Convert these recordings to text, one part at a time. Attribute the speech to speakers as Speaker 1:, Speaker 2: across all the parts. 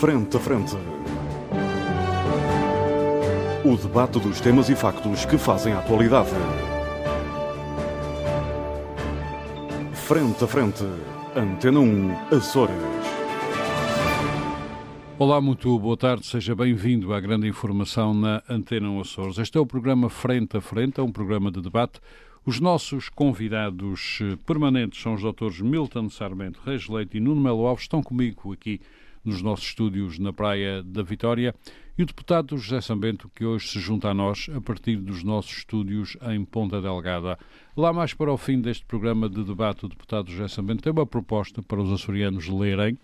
Speaker 1: Frente a Frente. O debate dos temas e factos que fazem a atualidade. Frente a Frente. Antena 1, Açores.
Speaker 2: Olá, muito boa tarde, seja bem-vindo à grande informação na Antena 1 Açores. Este é o programa Frente a Frente, é um programa de debate. Os nossos convidados eh, permanentes são os doutores Milton Sarmento Reis Leite e Nuno Melo Alves, estão comigo aqui nos nossos estúdios na Praia da Vitória, e o deputado José Sambento, que hoje se junta a nós a partir dos nossos estúdios em Ponta Delgada. Lá mais para o fim deste programa de debate, o deputado José Sambento tem uma proposta para os açorianos lerem,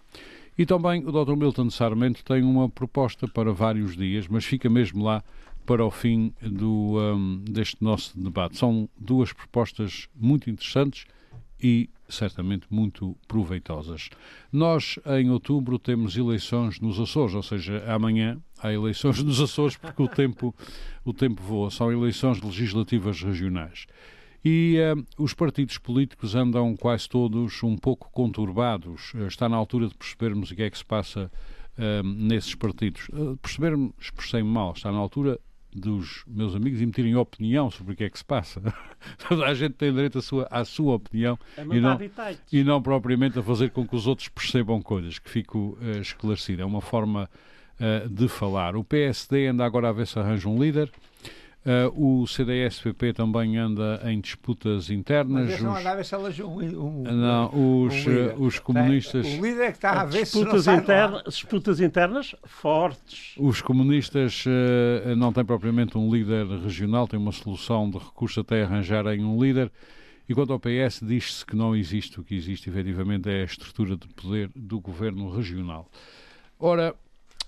Speaker 2: e também o Dr. Milton Sarmento tem uma proposta para vários dias, mas fica mesmo lá para o fim do, hum, deste nosso debate. São duas propostas muito interessantes e certamente muito proveitosas. Nós, em outubro, temos eleições nos Açores, ou seja, amanhã há eleições nos Açores, porque o tempo, o tempo voa. São eleições legislativas regionais. E eh, os partidos políticos andam quase todos um pouco conturbados. Eh, está na altura de percebermos o que é que se passa eh, nesses partidos. Eh, percebermos, expressei-me mal, está na altura dos meus amigos emitirem opinião sobre o que é que se passa. Toda a gente tem direito à sua, à sua opinião
Speaker 3: É
Speaker 2: e não, e não propriamente a fazer com que os outros percebam coisas, que fico eh, esclarecido. É uma forma eh, de falar. O PSD anda agora a ver se arranja um líder. Eh, o CDS-PP também anda em disputas internas.
Speaker 4: Mas não
Speaker 2: Os-
Speaker 4: andava se elas um, um,
Speaker 2: não, os,
Speaker 4: um líder.
Speaker 2: eh, os comunistas,
Speaker 4: O líder é que está a ver se não
Speaker 3: Disputas,
Speaker 4: sai
Speaker 3: interna- disputas internas fortes.
Speaker 2: os comunistas eh, não têm propriamente um líder regional, têm uma solução de recurso até arranjarem um líder. E quanto ao PS, diz-se que não existe. O que existe, efetivamente, é a estrutura de poder do governo regional. Ora,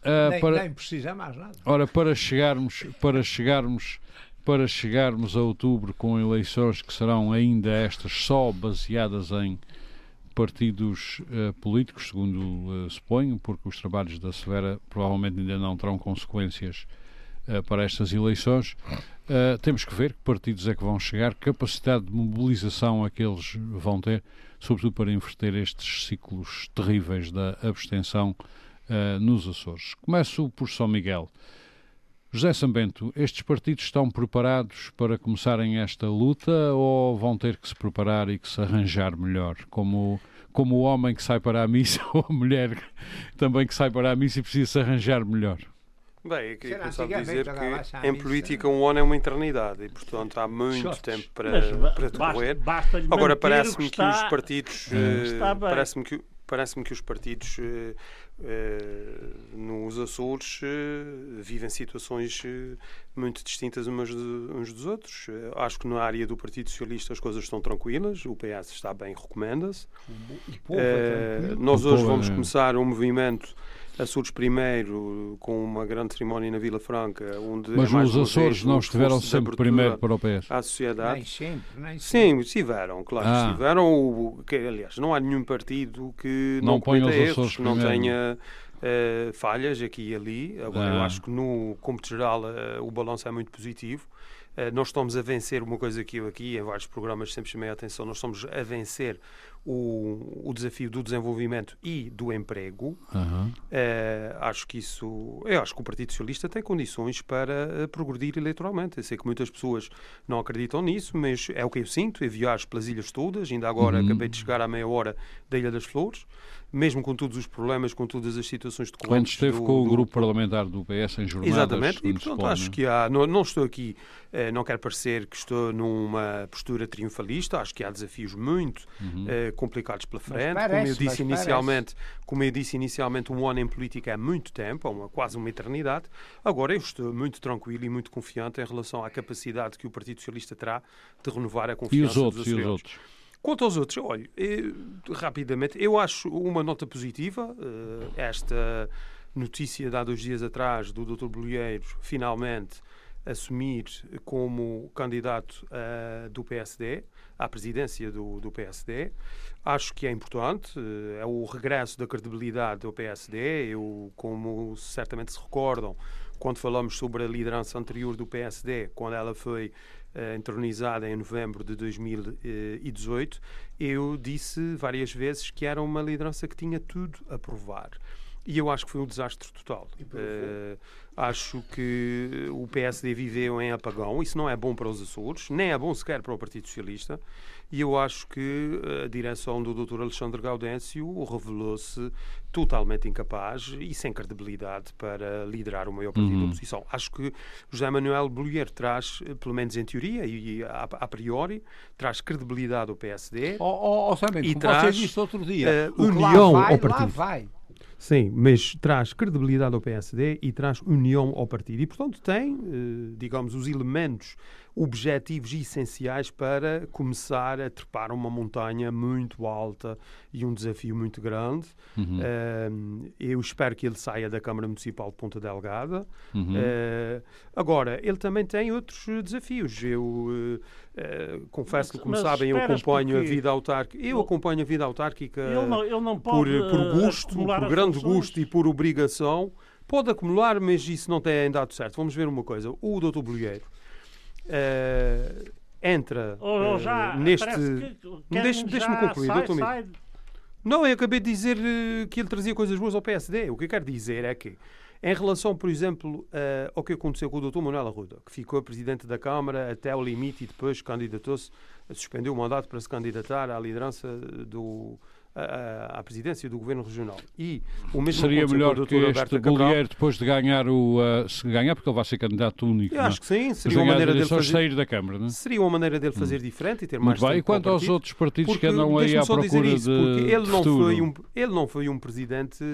Speaker 2: eh,
Speaker 4: lá. Nem,
Speaker 2: para...
Speaker 4: nem precisa mais nada.
Speaker 2: Ora, para chegarmos, para chegarmos, para chegarmos a outubro com eleições que serão ainda estas só baseadas em partidos eh, políticos, segundo eh, suponho, porque os trabalhos da Severa provavelmente ainda não terão consequências eh, para estas eleições. Eh, temos que ver que partidos é que vão chegar, que capacidade de mobilização é que eles vão ter, sobretudo para inverter estes ciclos terríveis da abstenção eh, nos Açores. Começo por São Miguel. José Sambento, estes partidos estão preparados para começarem esta luta ou vão ter que se preparar e que se arranjar melhor? Como, como o homem que sai para a missa ou a mulher que- também que sai para a missa e precisa se arranjar melhor?
Speaker 5: Bem, eu queria
Speaker 4: Será
Speaker 5: começar por
Speaker 4: antigamente
Speaker 5: dizer
Speaker 4: andava lá já à
Speaker 5: que em
Speaker 4: missa,
Speaker 5: política um ano é uma eternidade e, portanto, há muito
Speaker 3: Shorts.
Speaker 5: tempo
Speaker 3: Mas
Speaker 5: para,
Speaker 3: ba-
Speaker 5: para
Speaker 3: basta-
Speaker 5: decorrer.
Speaker 3: basta-lhe manter
Speaker 5: Agora
Speaker 3: o
Speaker 5: parece-me que, os
Speaker 3: está- Hum,
Speaker 5: partidos.
Speaker 3: está
Speaker 5: eh,
Speaker 3: bem.
Speaker 5: Parece-me que. Parece-me que os partidos eh, eh, nos Açores eh, vivem situações eh, muito distintas umas de- uns dos outros. Eh, acho que na área do Partido Socialista as coisas estão tranquilas, o PS está bem, recomenda-se. Eh, nós
Speaker 2: O povo
Speaker 5: hoje vamos
Speaker 2: é-
Speaker 5: começar um movimento Açores primeiro com uma grande cerimónia na Vila Franca, onde é
Speaker 2: Mas
Speaker 5: mais
Speaker 2: os
Speaker 5: uma
Speaker 2: Açores
Speaker 5: vez um
Speaker 2: não estiveram
Speaker 5: esforço de
Speaker 2: sempre
Speaker 5: abertura
Speaker 2: primeiro para o PS.
Speaker 5: à sociedade.
Speaker 4: Nem sempre, nem sempre.
Speaker 5: Sim, estiveram, claro
Speaker 2: Ah.
Speaker 5: que estiveram. O- Que, aliás, não há nenhum partido que
Speaker 2: Não
Speaker 5: não,
Speaker 2: ponha
Speaker 5: cometa
Speaker 2: os Açores
Speaker 5: erros, não
Speaker 2: primeiro.
Speaker 5: tenha eh, falhas aqui e ali. Agora, eu
Speaker 2: Ah.
Speaker 5: acho que no cômputo geral eh, o balanço é muito positivo. Eh, nós estamos a vencer uma coisa que eu aqui, em vários programas, sempre chamei a atenção, nós estamos a vencer o, o desafio do desenvolvimento e do emprego.
Speaker 2: Aham.
Speaker 5: Eh, acho que isso. Eu acho que o Partido Socialista tem condições para eh, progredir eleitoralmente. Eu sei que muitas pessoas não acreditam nisso, mas é o que eu sinto. Eu viajo pelas ilhas todas, ainda agora
Speaker 2: Uhum.
Speaker 5: acabei de chegar à meia hora da Ilha das Flores, mesmo com todos os problemas, com todas as situações de
Speaker 2: Quando esteve
Speaker 5: do,
Speaker 2: com o
Speaker 5: do-
Speaker 2: grupo parlamentar do PS em jornadas...
Speaker 5: Exatamente, e
Speaker 2: onde se
Speaker 5: portanto
Speaker 2: põe,
Speaker 5: acho
Speaker 2: né?
Speaker 5: que há. Não, não estou aqui, eh, não quero parecer que estou numa postura triunfalista, acho que há desafios muito
Speaker 2: Uhum.
Speaker 5: eh, complicados pela frente. como eu
Speaker 4: parece,
Speaker 5: disse
Speaker 4: mas
Speaker 5: inicialmente, como eu disse inicialmente, um ano em política é muito tempo, é uma, quase uma eternidade. Agora eu estou muito tranquilo e muito confiante em relação à capacidade que o Partido Socialista terá de renovar a
Speaker 2: E
Speaker 5: confiança
Speaker 2: os outros,
Speaker 5: dos
Speaker 2: e os
Speaker 5: açorianos.
Speaker 2: outros?
Speaker 5: Quanto aos outros, olha, eh, rapidamente, eu acho uma nota positiva eh, esta notícia de há dois dias atrás do Dr. Bolheiro finalmente assumir como candidato eh, do PSD à presidência do, do PSD. Acho que é importante, eh, é o regresso da credibilidade do PSD. Eu, como certamente se recordam, quando falamos sobre a liderança anterior do PSD, quando ela foi eh, entronizada em novembro de 2018, eu disse várias vezes que era uma liderança que tinha tudo a provar. E eu acho que foi um desastre total. Eh, acho que o PSD viveu em apagão. Isso não é bom para os Açores, nem é bom sequer para o Partido Socialista. E eu acho que eh, a direção do Dr. Alexandre Gaudêncio revelou-se totalmente incapaz e sem credibilidade para liderar o maior partido da oposição. Acho que José Manuel Bolheiro traz, eh, pelo menos em teoria e e a, a priori, traz credibilidade ao PSD.
Speaker 6: Ó, ó, ó, Sarmento,
Speaker 5: E
Speaker 6: como você
Speaker 5: traz,
Speaker 6: disse outro
Speaker 5: eh,
Speaker 6: dia,
Speaker 5: o que lá
Speaker 6: união
Speaker 4: lá vai,
Speaker 6: ao
Speaker 4: Lá
Speaker 6: partido.
Speaker 4: vai.
Speaker 5: Sim, mas traz credibilidade ao PSD e traz união ao partido. E, portanto, tem, eh, digamos, os elementos objetivos e essenciais para começar a trepar uma montanha muito alta e um desafio muito grande. Eh, eu espero que ele saia da Câmara Municipal de Ponta Delgada. Eh, agora, ele também tem outros eh, desafios. Eu eh, eh, confesso que, como
Speaker 3: Mas- mas
Speaker 5: sabem, eu
Speaker 3: esperas
Speaker 5: acompanho a
Speaker 3: porque
Speaker 5: vida autárquica. Eu
Speaker 3: ele-
Speaker 5: acompanho a vida autárquica
Speaker 3: Ele não, ele não
Speaker 5: por,
Speaker 3: pode.
Speaker 5: por
Speaker 3: eh,
Speaker 5: gosto,
Speaker 3: acumular
Speaker 5: por
Speaker 3: as
Speaker 5: grande
Speaker 3: funções.
Speaker 5: gosto e por obrigação, pode acumular, mas isso não tem dado certo. Vamos ver uma coisa: o Dr. Bolheiro eh, entra
Speaker 3: Ou, ou
Speaker 5: eh,
Speaker 3: já,
Speaker 5: neste.
Speaker 3: parece que querem
Speaker 5: deixa- deixa-me
Speaker 3: já,
Speaker 5: concluir,
Speaker 3: sai,
Speaker 5: doutor Mito.
Speaker 3: sai.
Speaker 5: Não, eu acabei de dizer eh, que ele trazia coisas boas ao PSD. O que eu quero dizer é que, em relação, por exemplo, eh, ao que aconteceu com o Dr. Manuel Arruda, que ficou presidente da Câmara até ao limite e depois candidatou-se, suspendeu o mandato para se candidatar à liderança do. à- à- à presidência do governo regional. E o mesmo
Speaker 2: Seria
Speaker 5: aconteceu com
Speaker 2: melhor
Speaker 5: o Dr.
Speaker 2: que este
Speaker 5: Alberto Cabral.
Speaker 2: Bolieiro, depois de ganhar o. ah, se ganhar, porque ele vai ser candidato único.
Speaker 5: Eu
Speaker 2: não é?
Speaker 5: acho que sim,
Speaker 2: Depois de
Speaker 5: seria uma
Speaker 2: ganhar
Speaker 5: maneira
Speaker 2: as
Speaker 5: dele
Speaker 2: eleições,
Speaker 5: fazer.
Speaker 2: sair da Câmara, não é?
Speaker 5: Seria uma maneira dele fazer diferente e ter mais
Speaker 2: Muito bem. E
Speaker 5: tempo para o
Speaker 2: quanto aos
Speaker 5: partido.
Speaker 2: outros partidos
Speaker 5: Porque,
Speaker 2: que andam aí
Speaker 5: deixa-me
Speaker 2: à
Speaker 5: só dizer
Speaker 2: procura
Speaker 5: isso,
Speaker 2: de.
Speaker 5: porque ele
Speaker 2: de
Speaker 5: não
Speaker 2: futuro.
Speaker 5: foi um ele não foi um presidente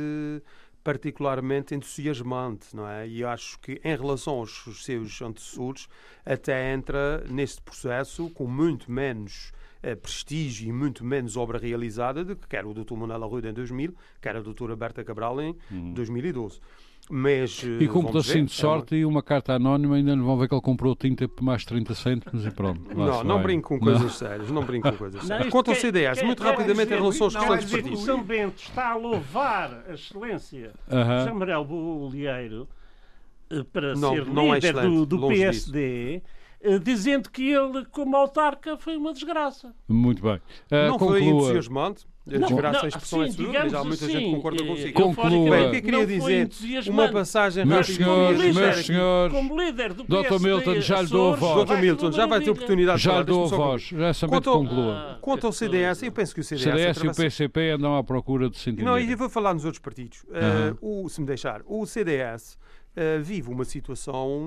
Speaker 5: particularmente entusiasmante, não é? E acho que em relação aos seus antecessores até entra neste processo com muito menos eh, prestígio e muito menos obra realizada do que quer o Dr. Manuel Arruda em 2000, quer a Dra. Berta Cabral em 2012. Mas,
Speaker 2: Hum.
Speaker 5: eh,
Speaker 2: E com um
Speaker 5: é
Speaker 2: pedacinho de sorte e uma carta anónima, ainda não vão ver que ele comprou tinta por mais 30 cêntimos e pronto. lá
Speaker 5: Não,
Speaker 2: se
Speaker 5: não
Speaker 2: vai.
Speaker 5: brinco com coisas sérias, não brinco com coisas sérias.
Speaker 3: isto é-
Speaker 5: Quanto ao
Speaker 3: quer-
Speaker 5: CDS,
Speaker 3: quer-
Speaker 5: muito
Speaker 3: quer
Speaker 5: rapidamente em
Speaker 3: dizer-
Speaker 5: relação aos
Speaker 3: não, quer
Speaker 5: restantes
Speaker 3: dizer que
Speaker 5: partidos.
Speaker 3: O São Bento está a louvar a excelência
Speaker 2: Aham.
Speaker 3: de José Manuel Bolieiro eh, para
Speaker 5: Não,
Speaker 3: ser
Speaker 5: não é
Speaker 3: líder
Speaker 5: excelente,
Speaker 3: do, do
Speaker 5: longe
Speaker 3: PSD, eh, dizendo que ele, como autarca, foi uma desgraça.
Speaker 2: Muito bem. Ah,
Speaker 5: não foi
Speaker 2: conclua.
Speaker 5: entusiasmante. Eu
Speaker 3: Não,
Speaker 5: desgraço
Speaker 3: não,
Speaker 5: a expressão
Speaker 3: sim,
Speaker 5: é seguro,
Speaker 3: digamos
Speaker 5: mas há muita gente
Speaker 3: assim,
Speaker 5: que concorda
Speaker 3: eh,
Speaker 5: consigo.
Speaker 2: com- Conclua.
Speaker 5: Bem, o que eu queria
Speaker 3: Não foi
Speaker 5: dizer?
Speaker 3: entusiasmante.
Speaker 5: Uma passagem
Speaker 2: Meus
Speaker 5: rápida.
Speaker 2: senhores,
Speaker 5: Como líder
Speaker 2: meus
Speaker 5: aqui.
Speaker 2: senhores.
Speaker 3: Como líder do
Speaker 2: Dr.
Speaker 3: PSD,
Speaker 2: Milton, já lhe dou a
Speaker 3: Açores,
Speaker 2: voz.
Speaker 5: Dr.
Speaker 3: vai
Speaker 5: Milton,
Speaker 3: tudo
Speaker 5: já
Speaker 3: em
Speaker 5: vai ter
Speaker 3: vida.
Speaker 5: oportunidade
Speaker 2: Já
Speaker 5: de falar.
Speaker 2: lhe dou a
Speaker 5: Deixa-me só um Ah,
Speaker 2: voz. Já somente
Speaker 5: Quanto ao-
Speaker 2: conclua.
Speaker 5: Quanto ao CDS, eu penso que o
Speaker 2: O
Speaker 5: CDS...
Speaker 2: CDS e o
Speaker 5: atravessa-
Speaker 2: PCP andam à procura de se
Speaker 5: Não, e
Speaker 2: entender.
Speaker 5: eu vou falar nos outros partidos. Eh, o, se me deixar, o CDS eh, vive uma situação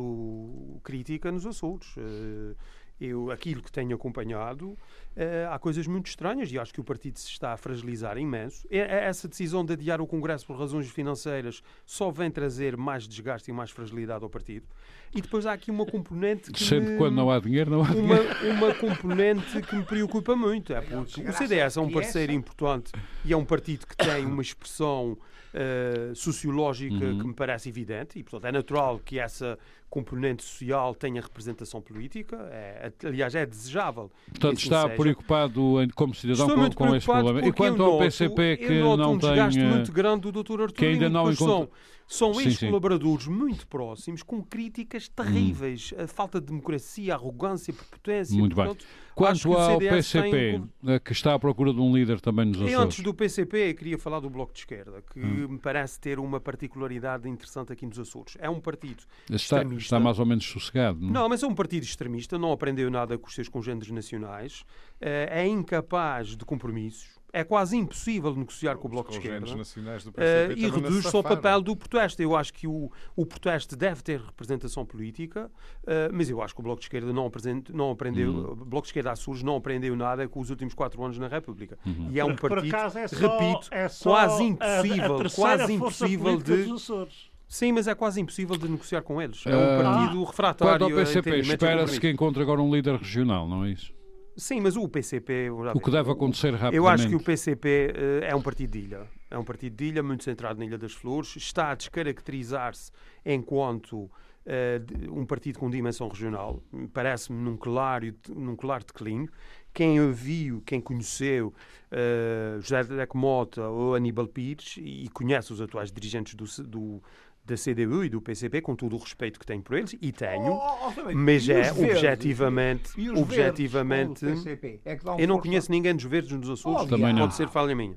Speaker 5: muito crítica nos Açores. Eh, eu, aquilo que tenho acompanhado, eh, há coisas muito estranhas e acho que o partido se está a fragilizar imenso. E- e- essa decisão de adiar o Congresso por razões financeiras só vem trazer mais desgaste e mais fragilidade ao partido. E depois há aqui uma componente que.
Speaker 2: Sempre
Speaker 5: me-
Speaker 2: quando não há dinheiro, não há dinheiro.
Speaker 5: uma, uma componente que me preocupa muito. É porque o CDS é um parceiro importante e é um partido que tem uma expressão eh, sociológica que me parece evidente e, portanto, é natural que essa componente social tenha representação política. É, aliás, é desejável. que
Speaker 2: Portanto,
Speaker 5: assim
Speaker 2: está
Speaker 5: seja.
Speaker 2: preocupado em- como cidadão
Speaker 5: Estou
Speaker 2: com,
Speaker 5: muito
Speaker 2: com esse
Speaker 5: preocupado
Speaker 2: problema. E
Speaker 5: porque eu
Speaker 2: quanto ao
Speaker 5: noto-
Speaker 2: PCP que
Speaker 5: eu noto
Speaker 2: não
Speaker 5: um
Speaker 2: tem.
Speaker 5: desgaste
Speaker 2: eh,
Speaker 5: muito grande do Dr. Artur
Speaker 2: que ainda
Speaker 5: Lima,
Speaker 2: não
Speaker 5: pois
Speaker 2: encontra-
Speaker 5: São, são
Speaker 2: Sim, Hum. sim.
Speaker 5: ex-colaboradores muito próximos com críticas terríveis. A falta de democracia, a arrogância, a prepotência.
Speaker 2: Muito bem.
Speaker 5: portanto, acho que
Speaker 2: Quanto
Speaker 5: o
Speaker 2: ao
Speaker 5: CDS tem
Speaker 2: PCP,
Speaker 5: um-
Speaker 2: eh, que está à procura de um líder também nos
Speaker 5: E antes
Speaker 2: Açores.
Speaker 5: do PCP, eu queria falar do Bloco de Esquerda, que
Speaker 2: Hum.
Speaker 5: me parece ter uma particularidade interessante aqui nos Açores. É um partido
Speaker 2: Está,
Speaker 5: extremista.
Speaker 2: está mais ou menos sossegado. Não?
Speaker 5: é? Não, mas é um partido extremista, não aprendeu nada com os seus congêneres nacionais, eh, é incapaz de compromissos, é quase impossível negociar com o Bloco de Esquerda.
Speaker 7: nacionais do
Speaker 5: Eh,
Speaker 7: PCP
Speaker 5: e reduz-se ao papel do protesto. Eu acho que o, o protesto deve ter representação política, eh, mas eu acho que o Bloco de Esquerda não, apresent- não aprendeu, o Bloco de Esquerda Açores não aprendeu nada com os últimos quatro anos na República. E é um
Speaker 3: Por- por
Speaker 5: partido,
Speaker 3: acaso é só-
Speaker 5: repito,
Speaker 3: é só
Speaker 5: quase
Speaker 3: a- a
Speaker 5: impossível,
Speaker 3: terceira
Speaker 5: quase
Speaker 3: força
Speaker 5: impossível
Speaker 3: política
Speaker 5: de.
Speaker 3: dos Açores.
Speaker 5: Sim, mas é quase impossível de negociar com eles. É
Speaker 2: Ah.
Speaker 5: um partido
Speaker 2: Quanto
Speaker 5: refratário.
Speaker 2: ao
Speaker 5: a
Speaker 2: PCP,
Speaker 5: entendimentos eh, e
Speaker 2: espera-se que
Speaker 5: compromissos.
Speaker 2: encontre agora um líder regional, não é isso?
Speaker 5: Sim, mas o PCP. vamos lá
Speaker 2: O que
Speaker 5: ver.
Speaker 2: deve acontecer rapidamente.
Speaker 5: Eu acho que o PCP eh, é um partido de ilha. É um partido de ilha, muito centrado na Ilha das Flores. Está a descaracterizar-se enquanto eh, de- um partido com dimensão regional. Parece-me num claro, num claro declínio. Quem a viu, quem conheceu eh, José Dedeco Mota ou Aníbal Pires e conhece os atuais dirigentes do, C- do- da CDU e do PCP, com todo o respeito que tenho por eles, e tenho,
Speaker 4: Ó, ó, Sarmento,
Speaker 5: mas
Speaker 4: Oh, e os
Speaker 5: é
Speaker 4: verdes?
Speaker 5: objetivamente.
Speaker 4: E os verdes?
Speaker 5: objetivamente
Speaker 4: Ou do PCP? É que dá um
Speaker 5: eu não
Speaker 4: força.
Speaker 5: conheço ninguém dos Verdes nos Açores,
Speaker 4: Óbvio. Também
Speaker 2: não.
Speaker 5: pode ser falha minha.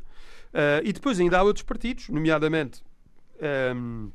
Speaker 5: Ah, e depois ainda há outros partidos, nomeadamente ahm,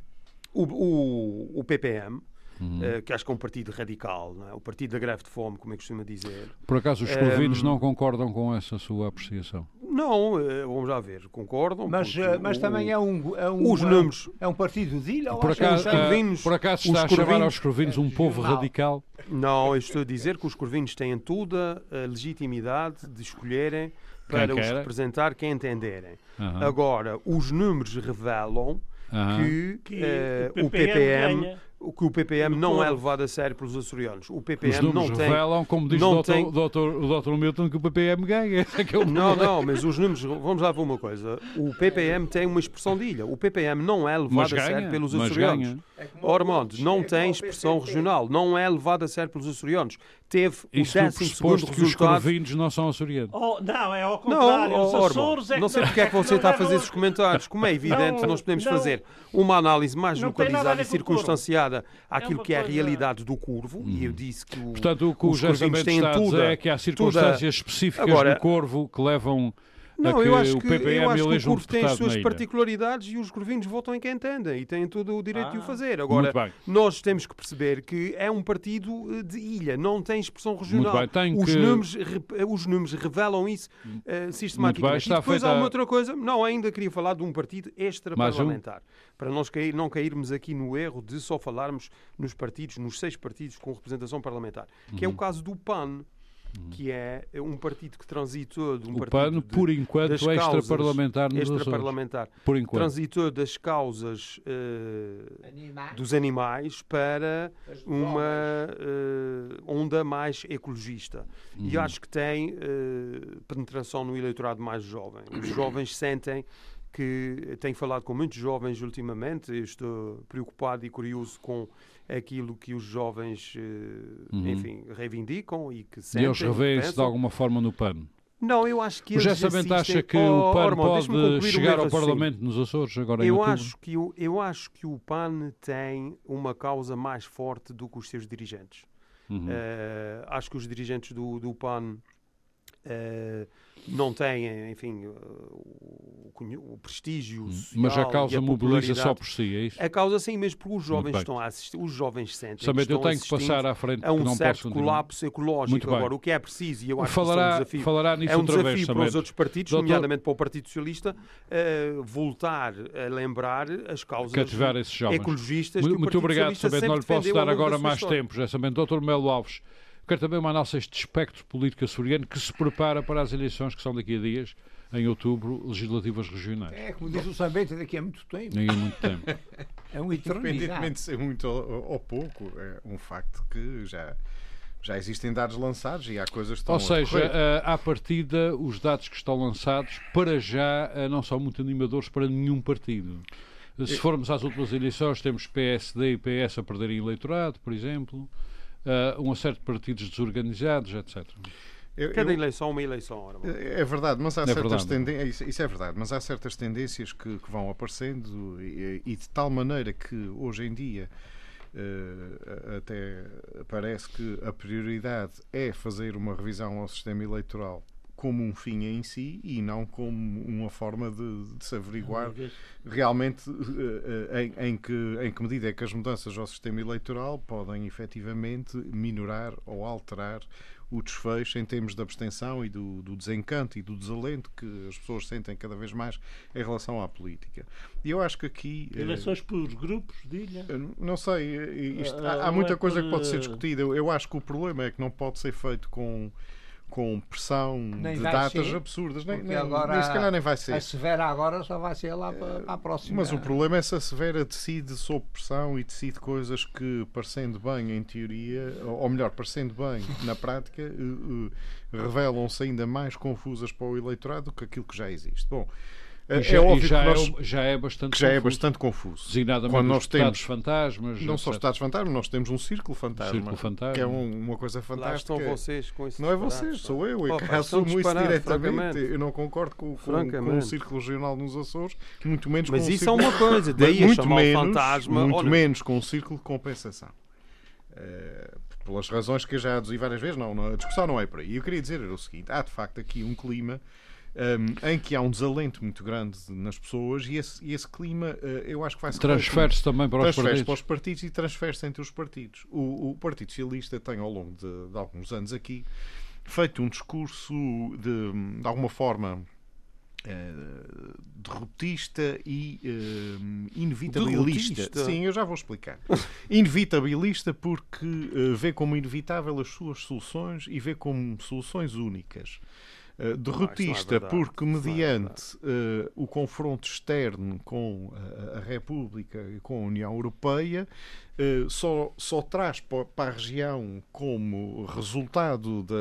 Speaker 5: o, o- o PPM, ah, que acho que é um partido radical, não é? o partido da greve de fome, como é que costuma dizer.
Speaker 2: Por acaso os escovinos
Speaker 5: Ehm,
Speaker 2: não concordam com essa sua apreciação?
Speaker 5: Não, eh, vamos já ver, concordam.
Speaker 4: Mas,
Speaker 5: porque
Speaker 4: eh, mas
Speaker 5: o-
Speaker 4: também é um, é um,
Speaker 5: Os
Speaker 4: é um-
Speaker 5: números.
Speaker 4: É um partido de ilha? ou
Speaker 2: Por
Speaker 4: acho que
Speaker 2: acaso,
Speaker 4: é um
Speaker 2: ah,
Speaker 4: chefe?
Speaker 5: escovinos-
Speaker 2: por acaso
Speaker 5: os é
Speaker 2: está a chamar
Speaker 5: escovinos-
Speaker 2: aos escovinos um povo
Speaker 4: jornal.
Speaker 2: radical?
Speaker 5: Não, eu estou a dizer que os corvinhos têm toda a legitimidade de escolherem para os
Speaker 2: quer.
Speaker 5: representar quem entenderem.
Speaker 2: Aham,
Speaker 5: Agora, os números revelam
Speaker 2: aham.
Speaker 5: que,
Speaker 3: Que
Speaker 5: eh,
Speaker 3: o PPM, ganha.
Speaker 5: o que o PPM
Speaker 3: No
Speaker 5: não é
Speaker 3: todo.
Speaker 5: levado a sério pelos açorianos. O
Speaker 2: Os
Speaker 5: PPM
Speaker 2: números
Speaker 5: não tem.
Speaker 2: revelam, como diz
Speaker 5: não
Speaker 2: o, doutor,
Speaker 5: tem-
Speaker 2: doutor- o Dr. Milton, que o PPM ganha. Esse é que é o
Speaker 5: Não, não, mas os números. Vamos lá ver uma coisa. O PPM tem uma expressão de ilha. O PPM não é levado
Speaker 2: Mas
Speaker 5: a sério
Speaker 2: ganha,
Speaker 5: pelos
Speaker 2: mas
Speaker 5: açorianos.
Speaker 2: ganha.
Speaker 5: Ormondes não
Speaker 4: É como
Speaker 5: tem
Speaker 4: o
Speaker 5: expressão
Speaker 4: PCP.
Speaker 5: regional, não é levado a sério pelos açorianos. Teve
Speaker 2: Isto
Speaker 5: o
Speaker 2: do
Speaker 5: 12
Speaker 2: pressuposto
Speaker 5: segundo
Speaker 2: que os
Speaker 5: resultado.
Speaker 2: corvinos não são açorianos.
Speaker 3: Oh, não, é ao
Speaker 5: Não,
Speaker 3: contrário. os
Speaker 5: oh,
Speaker 3: Açores
Speaker 5: Ormond,
Speaker 3: é
Speaker 5: não
Speaker 3: que
Speaker 5: sei porque é que
Speaker 3: não
Speaker 5: você está a
Speaker 3: levam
Speaker 5: fazer esses comentários. Como é evidente,
Speaker 3: Não,
Speaker 5: nós podemos
Speaker 3: não.
Speaker 5: fazer uma análise mais
Speaker 3: Não tem nada a
Speaker 5: localizada
Speaker 3: ver
Speaker 5: e
Speaker 3: com o Corvo.
Speaker 5: circunstanciada àquilo
Speaker 3: uma
Speaker 5: que é a
Speaker 3: coisa-
Speaker 5: realidade do curvo. E eu disse que o,
Speaker 2: Hum. Portanto, o que o
Speaker 5: os
Speaker 2: José
Speaker 5: corvinhos
Speaker 2: Bento
Speaker 5: têm
Speaker 2: está a
Speaker 5: tudo.
Speaker 2: dizer é que há circunstâncias específicas
Speaker 5: Agora-
Speaker 2: do corvo que levam a
Speaker 5: Não,
Speaker 2: que
Speaker 5: eu acho
Speaker 2: o
Speaker 5: que,
Speaker 2: PPM
Speaker 5: eu acho que o
Speaker 2: eleja um
Speaker 5: curvo tem as
Speaker 2: deputado
Speaker 5: suas
Speaker 2: na ilha.
Speaker 5: particularidades e os corvinhos votam em quem entendem e têm todo o direito de o
Speaker 3: Ah,
Speaker 5: fazer.
Speaker 2: Muito
Speaker 5: Agora,
Speaker 2: bem.
Speaker 5: nós temos que perceber que é um partido eh, de ilha, não tem expressão regional.
Speaker 2: bem, tem
Speaker 5: os,
Speaker 2: que-
Speaker 5: números, re- eh, os números revelam isso eh,
Speaker 2: bem,
Speaker 5: sistematicamente.
Speaker 2: está
Speaker 5: e depois
Speaker 2: feita
Speaker 5: há uma
Speaker 2: a-
Speaker 5: outra coisa, não, ainda queria falar de um partido
Speaker 2: Mais um?
Speaker 5: extra-parlamentar. Para nós cair- não cairmos aqui no erro de só falarmos nos partidos, nos seis partidos com representação parlamentar, que é
Speaker 2: Uhum.
Speaker 5: o caso do PAN. Que é um partido que transitou de um
Speaker 2: O
Speaker 5: partido
Speaker 2: PAN,
Speaker 5: de-
Speaker 2: por enquanto,
Speaker 5: das
Speaker 2: é
Speaker 5: causas
Speaker 2: extraparlamentar nos Açores.
Speaker 5: extraparlamentar.
Speaker 2: Por enquanto.
Speaker 5: Transitou das causas eh,
Speaker 4: Animais.
Speaker 5: dos animais para
Speaker 4: As
Speaker 5: uma
Speaker 4: drogas.
Speaker 5: eh, onda mais ecologista. E
Speaker 2: Uhum.
Speaker 5: acho que tem eh, penetração no eleitorado mais jovem. Os jovens sentem que tenho falado com muitos jovens ultimamente, eu estou preocupado e curioso com aquilo que os jovens, eh, enfim, reivindicam e que
Speaker 2: E
Speaker 5: sentem.
Speaker 2: eles
Speaker 5: que
Speaker 2: revêem-se Uhum. de
Speaker 5: pensam.
Speaker 2: alguma forma no PAN.
Speaker 5: Não, eu acho
Speaker 2: O
Speaker 5: que eles
Speaker 2: José Bento acha
Speaker 5: assistem-
Speaker 2: que
Speaker 5: Oh,
Speaker 2: o PAN
Speaker 5: Ormond, deixa-me
Speaker 2: pode
Speaker 5: concluir o
Speaker 2: chegar
Speaker 5: meu
Speaker 2: ao
Speaker 5: raciocínio.
Speaker 2: Parlamento nos Açores agora em
Speaker 5: Eu
Speaker 2: outubro?
Speaker 5: acho, que o, eu acho que o PAN tem uma causa mais forte do que os seus dirigentes.
Speaker 2: Uhum.
Speaker 5: Eh, acho que os dirigentes do, do PAN eh, não têm, enfim, eh, o, conhe- o prestígio social
Speaker 2: Uhum. Mas a
Speaker 5: e
Speaker 2: causa
Speaker 5: a
Speaker 2: mobiliza
Speaker 5: popularidade.
Speaker 2: só por si, é isso?
Speaker 5: A causa sim, mas porque os jovens
Speaker 2: bem.
Speaker 5: estão a assistir, os jovens sentem
Speaker 2: Somente
Speaker 5: que
Speaker 2: eu
Speaker 5: estão
Speaker 2: tenho que passar
Speaker 5: assistindo
Speaker 2: à frente,
Speaker 5: a
Speaker 2: que
Speaker 5: um
Speaker 2: não
Speaker 5: certo
Speaker 2: posso continuar.
Speaker 5: colapso ecológico.
Speaker 2: Muito bem.
Speaker 5: Agora, o que é preciso, e eu acho que isso é um
Speaker 2: Falará,
Speaker 5: desafio
Speaker 2: falará nisso
Speaker 5: é um
Speaker 2: outra
Speaker 5: desafio
Speaker 2: vez,
Speaker 5: para
Speaker 2: Samete.
Speaker 5: os outros partidos,
Speaker 2: Doutor-
Speaker 5: nomeadamente para o Partido Socialista, eh, voltar a lembrar as causas
Speaker 2: Cativar esses jovens.
Speaker 5: ecologistas que
Speaker 2: Muito,
Speaker 5: o
Speaker 2: muito
Speaker 5: Partido
Speaker 2: obrigado,
Speaker 5: Socialista
Speaker 2: Samete.
Speaker 5: sempre
Speaker 2: Não lhe posso
Speaker 5: defendeu ao
Speaker 2: dar
Speaker 5: longo da
Speaker 2: agora
Speaker 5: sua
Speaker 2: mais
Speaker 5: história.
Speaker 2: tempo, José Samete. Doutor Melo Alves, quero também uma análise deste espectro político açoriano que se prepara para as eleições que são daqui a dias, em outubro, legislativas regionais.
Speaker 4: É, como diz o Sambento, daqui a muito tempo.
Speaker 2: Nem há muito tempo.
Speaker 5: Então,
Speaker 4: É um
Speaker 6: Independentemente
Speaker 4: eternidade.
Speaker 6: de ser muito ou, ou pouco, é um facto que já, já existem dados lançados e há coisas que estão
Speaker 5: é
Speaker 2: Ou
Speaker 6: a
Speaker 2: seja,
Speaker 6: decorrer.
Speaker 2: eh, à partida, os dados que estão lançados, para já, eh, não são muito animadores para nenhum partido. Eh, Se formos às últimas eleições, temos PSD e PS a perderem eleitorado, por exemplo, eh, um certo de partidos desorganizados, etc.
Speaker 6: Eu-
Speaker 5: Cada
Speaker 6: eu-
Speaker 5: eleição é uma eleição. Ora, bom.
Speaker 6: É verdade, mas há
Speaker 2: É
Speaker 6: certas
Speaker 2: verdade.
Speaker 6: tendências. Isso, isso é verdade, mas há certas tendências que, que vão aparecendo e, e de tal maneira que hoje em dia eh, até parece que a prioridade é fazer uma revisão ao sistema eleitoral como um fim em si e não como uma forma de, de se averiguar realmente eh, eh, em, em que, em que medida é que as mudanças ao sistema eleitoral podem efetivamente minorar ou alterar o desfecho em termos da abstenção e do, do desencanto e do desalento que as pessoas sentem cada vez mais em relação à política. E eu acho que aqui. eh,
Speaker 3: Eleições pelos grupos de ilha.
Speaker 6: eu Não sei, eh, isto-
Speaker 3: Ah,
Speaker 6: há, há
Speaker 3: não
Speaker 6: muita
Speaker 3: é
Speaker 6: coisa que pode ser
Speaker 3: por, eh,
Speaker 6: discutida. Eu, eu acho que o problema é que não pode ser feito com, com pressão
Speaker 4: Nem
Speaker 6: de
Speaker 4: vai
Speaker 6: datas
Speaker 4: ser,
Speaker 6: absurdas. Nem,
Speaker 4: porque
Speaker 6: nem,
Speaker 4: agora
Speaker 6: nem se calhar nem vai ser.
Speaker 4: A Severa agora só vai ser lá para, para a próxima.
Speaker 6: Eh,
Speaker 2: Ah.
Speaker 6: Mas o problema é se a Severa decide sob pressão e decide coisas que, parecendo bem em teoria, ou ou melhor, parecendo bem na prática, eh, eh, revelam-se ainda mais confusas para o eleitorado do que aquilo que já existe. Bom, eh,
Speaker 2: E já,
Speaker 6: é
Speaker 2: e
Speaker 6: óbvio
Speaker 2: já
Speaker 6: que,
Speaker 2: é
Speaker 6: nós-
Speaker 2: o- já é bastante
Speaker 6: que já é
Speaker 2: confuso.
Speaker 6: bastante confuso.
Speaker 2: Designadamente
Speaker 6: Quando
Speaker 2: os
Speaker 6: nós
Speaker 2: deputados
Speaker 6: temos-
Speaker 2: fantasmas,
Speaker 6: Não só
Speaker 2: etc.
Speaker 6: Estados fantasmas, nós temos um círculo fantasma.
Speaker 2: Círculo fantasma.
Speaker 6: Que é um- uma coisa
Speaker 5: Lá
Speaker 6: fantástica.
Speaker 5: estão vocês com isso.
Speaker 6: Não é vocês, sou eu. Eu
Speaker 5: Opa,
Speaker 6: que
Speaker 5: estão
Speaker 6: assumo isso
Speaker 5: disparados,
Speaker 6: diretamente.
Speaker 5: francamente.
Speaker 6: Eu não concordo com, com, com o
Speaker 5: Francamente.
Speaker 6: Círculo Regional nos Açores, muito menos
Speaker 5: Mas
Speaker 6: com o
Speaker 5: isso é
Speaker 6: Círculo
Speaker 5: uma coisa, daí a
Speaker 6: muito
Speaker 5: chamar o
Speaker 6: menos,
Speaker 5: fantasma.
Speaker 6: muito
Speaker 5: olha,
Speaker 6: menos com um círculo de compensação. Eh, pelas razões que eu já aduzi várias vezes, não, não, a discussão não é por aí. Eu queria dizer era o seguinte: há de facto aqui um clima um, em que há um desalento muito grande nas pessoas e esse, e esse clima uh, eu acho que vai se
Speaker 2: Transfere-se também para os partidos.
Speaker 6: transfere-se para os partidos e transfere-se entre os partidos. O, o Partido Socialista tem, ao longo de, de alguns anos aqui, feito um discurso de, de alguma forma eh, derrotista e eh, inevitabilista.
Speaker 5: Derrotista?
Speaker 6: Sim, eu já vou explicar. inevitabilista porque eh, vê como inevitável as suas soluções e vê como soluções únicas.
Speaker 5: Ah,
Speaker 6: Eh, derrotista
Speaker 5: é verdade, isso
Speaker 6: porque
Speaker 5: não é
Speaker 6: mediante eh, o confronto externo com eh, a, a República e com a União Europeia eh, só, só traz pa- para a região como resultado da,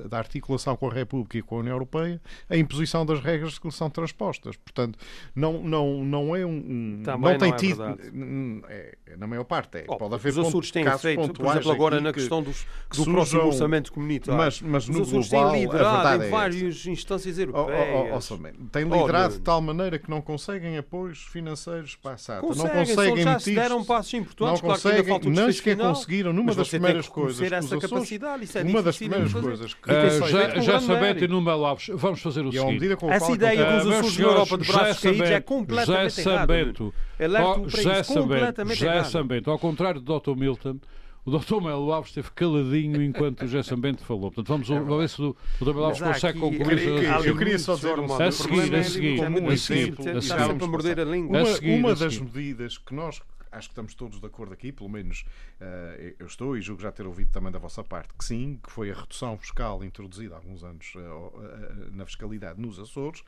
Speaker 6: da- da articulação com a República e com a União Europeia a imposição das regras que são transpostas. Portanto, não, não, não é um... um-
Speaker 5: Também
Speaker 6: não tem
Speaker 5: não é
Speaker 6: tido...
Speaker 5: verdade.
Speaker 6: n- n- é, na maior parte. é.
Speaker 5: Oh,
Speaker 6: pode haver
Speaker 5: os Açores
Speaker 6: pontos-
Speaker 5: têm
Speaker 6: casos
Speaker 5: feito, por
Speaker 6: pontuais
Speaker 5: exemplo, agora
Speaker 6: aqui
Speaker 5: na
Speaker 6: que-
Speaker 5: questão dos, do
Speaker 6: surjam-
Speaker 5: próximo orçamento comunitário.
Speaker 6: Mas- mas
Speaker 5: os
Speaker 6: no
Speaker 5: Açores
Speaker 6: global, a
Speaker 5: têm liderado
Speaker 6: verdade é
Speaker 5: em várias instâncias
Speaker 6: Oh, oh, oh, oh,
Speaker 5: europeias.
Speaker 6: Sr. Man, tem
Speaker 5: Oh,
Speaker 6: liderado de
Speaker 5: Nuno.
Speaker 6: tal maneira que não conseguem apoios financeiros para a SATA.
Speaker 5: Conseguem,
Speaker 6: não conseguem
Speaker 5: só já se
Speaker 6: metir
Speaker 5: deram passos
Speaker 6: não
Speaker 5: importantes, claro que ainda
Speaker 6: conseguem,
Speaker 5: falta o
Speaker 6: nem
Speaker 5: desfecho
Speaker 6: sequer
Speaker 5: final,
Speaker 6: conseguiram numa
Speaker 5: mas
Speaker 6: das
Speaker 5: você tem
Speaker 6: primeiras
Speaker 5: que
Speaker 6: coisas.
Speaker 5: reconhecer
Speaker 6: que os
Speaker 5: essa
Speaker 6: Açores-
Speaker 5: capacidade, isso é
Speaker 6: uma das
Speaker 5: dificílimo
Speaker 6: primeiras
Speaker 5: de fazer.
Speaker 6: coisas que
Speaker 2: Ah,
Speaker 6: tem feito-
Speaker 2: já
Speaker 5: com
Speaker 2: já
Speaker 5: grande
Speaker 2: sabete
Speaker 5: mérito.
Speaker 2: e Nuno Alves, vamos fazer o
Speaker 5: um
Speaker 6: e ao
Speaker 2: seguinte.
Speaker 6: medida com a
Speaker 5: Essa
Speaker 6: qual-
Speaker 5: ideia
Speaker 2: Ah, meus
Speaker 5: dos Açores na
Speaker 2: senhores,
Speaker 5: Europa de braços
Speaker 2: José
Speaker 5: caídos é
Speaker 2: Sabento,
Speaker 5: completamente
Speaker 2: José
Speaker 5: errado, Nuno.
Speaker 2: Sabento,
Speaker 6: um
Speaker 5: Alerto
Speaker 2: Oh,
Speaker 5: para
Speaker 2: José
Speaker 5: isso,
Speaker 2: Sabento,
Speaker 5: completamente
Speaker 2: José
Speaker 5: errado.
Speaker 2: Sambento, ao contrário do Dr. Milton, o Dr. Melo Alves esteve caladinho enquanto o José Sambento falou. Portanto, vamos vamos ver se o Dr. Melo Alves
Speaker 5: Mas há
Speaker 2: consegue
Speaker 5: aqui-
Speaker 2: concluir.
Speaker 6: Eu queria-
Speaker 5: há ali
Speaker 6: eu queria só
Speaker 5: muito
Speaker 6: dizer um-
Speaker 5: hormônio.
Speaker 2: a
Speaker 5: O
Speaker 2: seguir,
Speaker 5: problema
Speaker 2: a
Speaker 5: é
Speaker 2: seguir,
Speaker 5: como
Speaker 2: a
Speaker 5: é
Speaker 2: seguir,
Speaker 5: sempre-
Speaker 2: a
Speaker 5: está
Speaker 2: seguir.
Speaker 5: sempre a morder a língua.
Speaker 2: A
Speaker 6: Uma,
Speaker 2: seguir,
Speaker 6: uma
Speaker 2: a
Speaker 6: das
Speaker 2: seguir.
Speaker 6: medidas que nós acho que estamos todos de acordo aqui, pelo menos eh, eu estou e julgo já ter ouvido também da vossa parte que sim, que foi a redução fiscal introduzida há alguns anos eh, ó, eh, na fiscalidade nos Açores,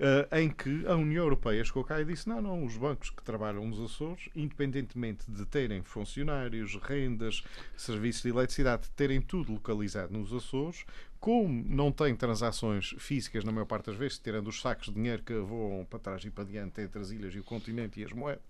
Speaker 6: eh, em que a União Europeia chegou cá e disse: não, não, os bancos que trabalham nos Açores, independentemente de terem funcionários, rendas, serviços de eletricidade, de terem tudo localizado nos Açores, como não têm transações físicas, na maior parte das vezes, tirando os sacos de dinheiro que voam para trás e para diante entre as ilhas e o continente e as moedas,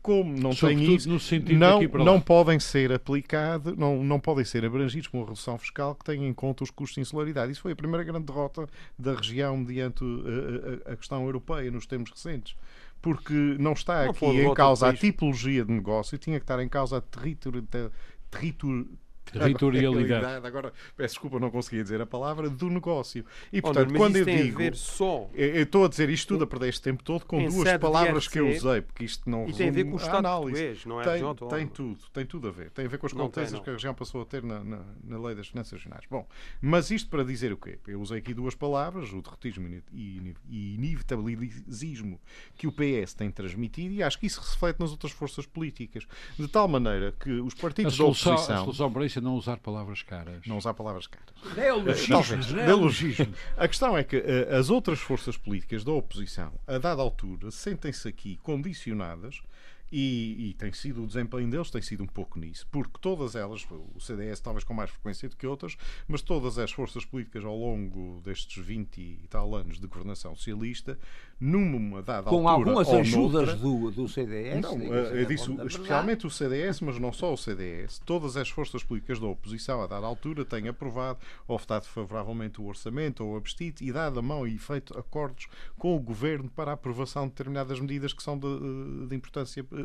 Speaker 6: como não têm
Speaker 2: Sobretudo
Speaker 6: isso,
Speaker 2: no sentido
Speaker 6: não,
Speaker 2: daqui para lá.
Speaker 6: não podem ser aplicados, não, não podem ser abrangidos por uma redução fiscal que tenha em conta os custos de insularidade. Isso foi a primeira grande derrota da região mediante uh, a, a- a questão europeia nos tempos recentes. Porque não está
Speaker 5: Não
Speaker 6: aqui
Speaker 5: foi a
Speaker 6: em
Speaker 5: derrota do
Speaker 6: causa a
Speaker 5: país.
Speaker 6: tipologia de negócio, tinha que estar em causa a territori- te- territor-
Speaker 2: Territorialidade.
Speaker 6: Agora, peço desculpa, não conseguia dizer a palavra do negócio. E
Speaker 5: Oh,
Speaker 6: portanto,
Speaker 5: Nuno, mas
Speaker 6: quando eu
Speaker 5: isso tem
Speaker 6: digo.
Speaker 5: a ver só
Speaker 6: Eu eu estou a dizer isto tudo a perder este tempo todo com
Speaker 5: Em
Speaker 6: duas
Speaker 5: sede de
Speaker 6: palavras que eu
Speaker 5: IRC,
Speaker 6: usei, porque isto não
Speaker 5: e tem a ver com o
Speaker 6: resume
Speaker 5: Estado
Speaker 6: análise.
Speaker 5: português, não é
Speaker 6: Tem,
Speaker 5: RJ,
Speaker 6: tem
Speaker 5: ou-
Speaker 6: tudo, tem tudo a ver. Tem a ver com as
Speaker 5: Não tem,
Speaker 6: competências
Speaker 5: não.
Speaker 6: que a região passou a ter na, na- na lei das finanças regionais. Bom, mas isto para dizer o quê? Eu usei aqui duas palavras, o derrotismo e ine- e inevitabilismo que o PS tem transmitido, e acho que isso reflete nas outras forças políticas, de tal maneira que os
Speaker 2: A
Speaker 6: partidos da
Speaker 2: solução, a
Speaker 6: oposição.
Speaker 2: solução para isso é não usar palavras caras.
Speaker 6: Não usar palavras caras.
Speaker 4: Neologismos,
Speaker 6: Talvez,
Speaker 4: né?
Speaker 6: neologismos. A questão é que eh, as outras forças políticas da oposição, a dada altura, sentem-se aqui condicionadas e, e tem sido o desempenho deles tem sido um pouco nisso, porque todas elas, o CDS talvez com mais frequência do que outras, mas todas as forças políticas ao longo destes 20 e tal anos de governação socialista, numa dada
Speaker 4: Com
Speaker 6: altura
Speaker 4: algumas
Speaker 6: ou
Speaker 4: ajudas do,
Speaker 6: noutra,
Speaker 4: do CDS.
Speaker 6: não,
Speaker 4: diga-se
Speaker 6: eh, eu
Speaker 4: da
Speaker 6: disse
Speaker 4: é verdade.
Speaker 6: especialmente o CDS, mas não só o CDS. Todas as forças políticas da oposição, a dada altura, têm aprovado ou votado favoravelmente o orçamento ou o abstite e dado a mão e feito acordos com o governo para a aprovação de determinadas medidas que são de, de importância eh,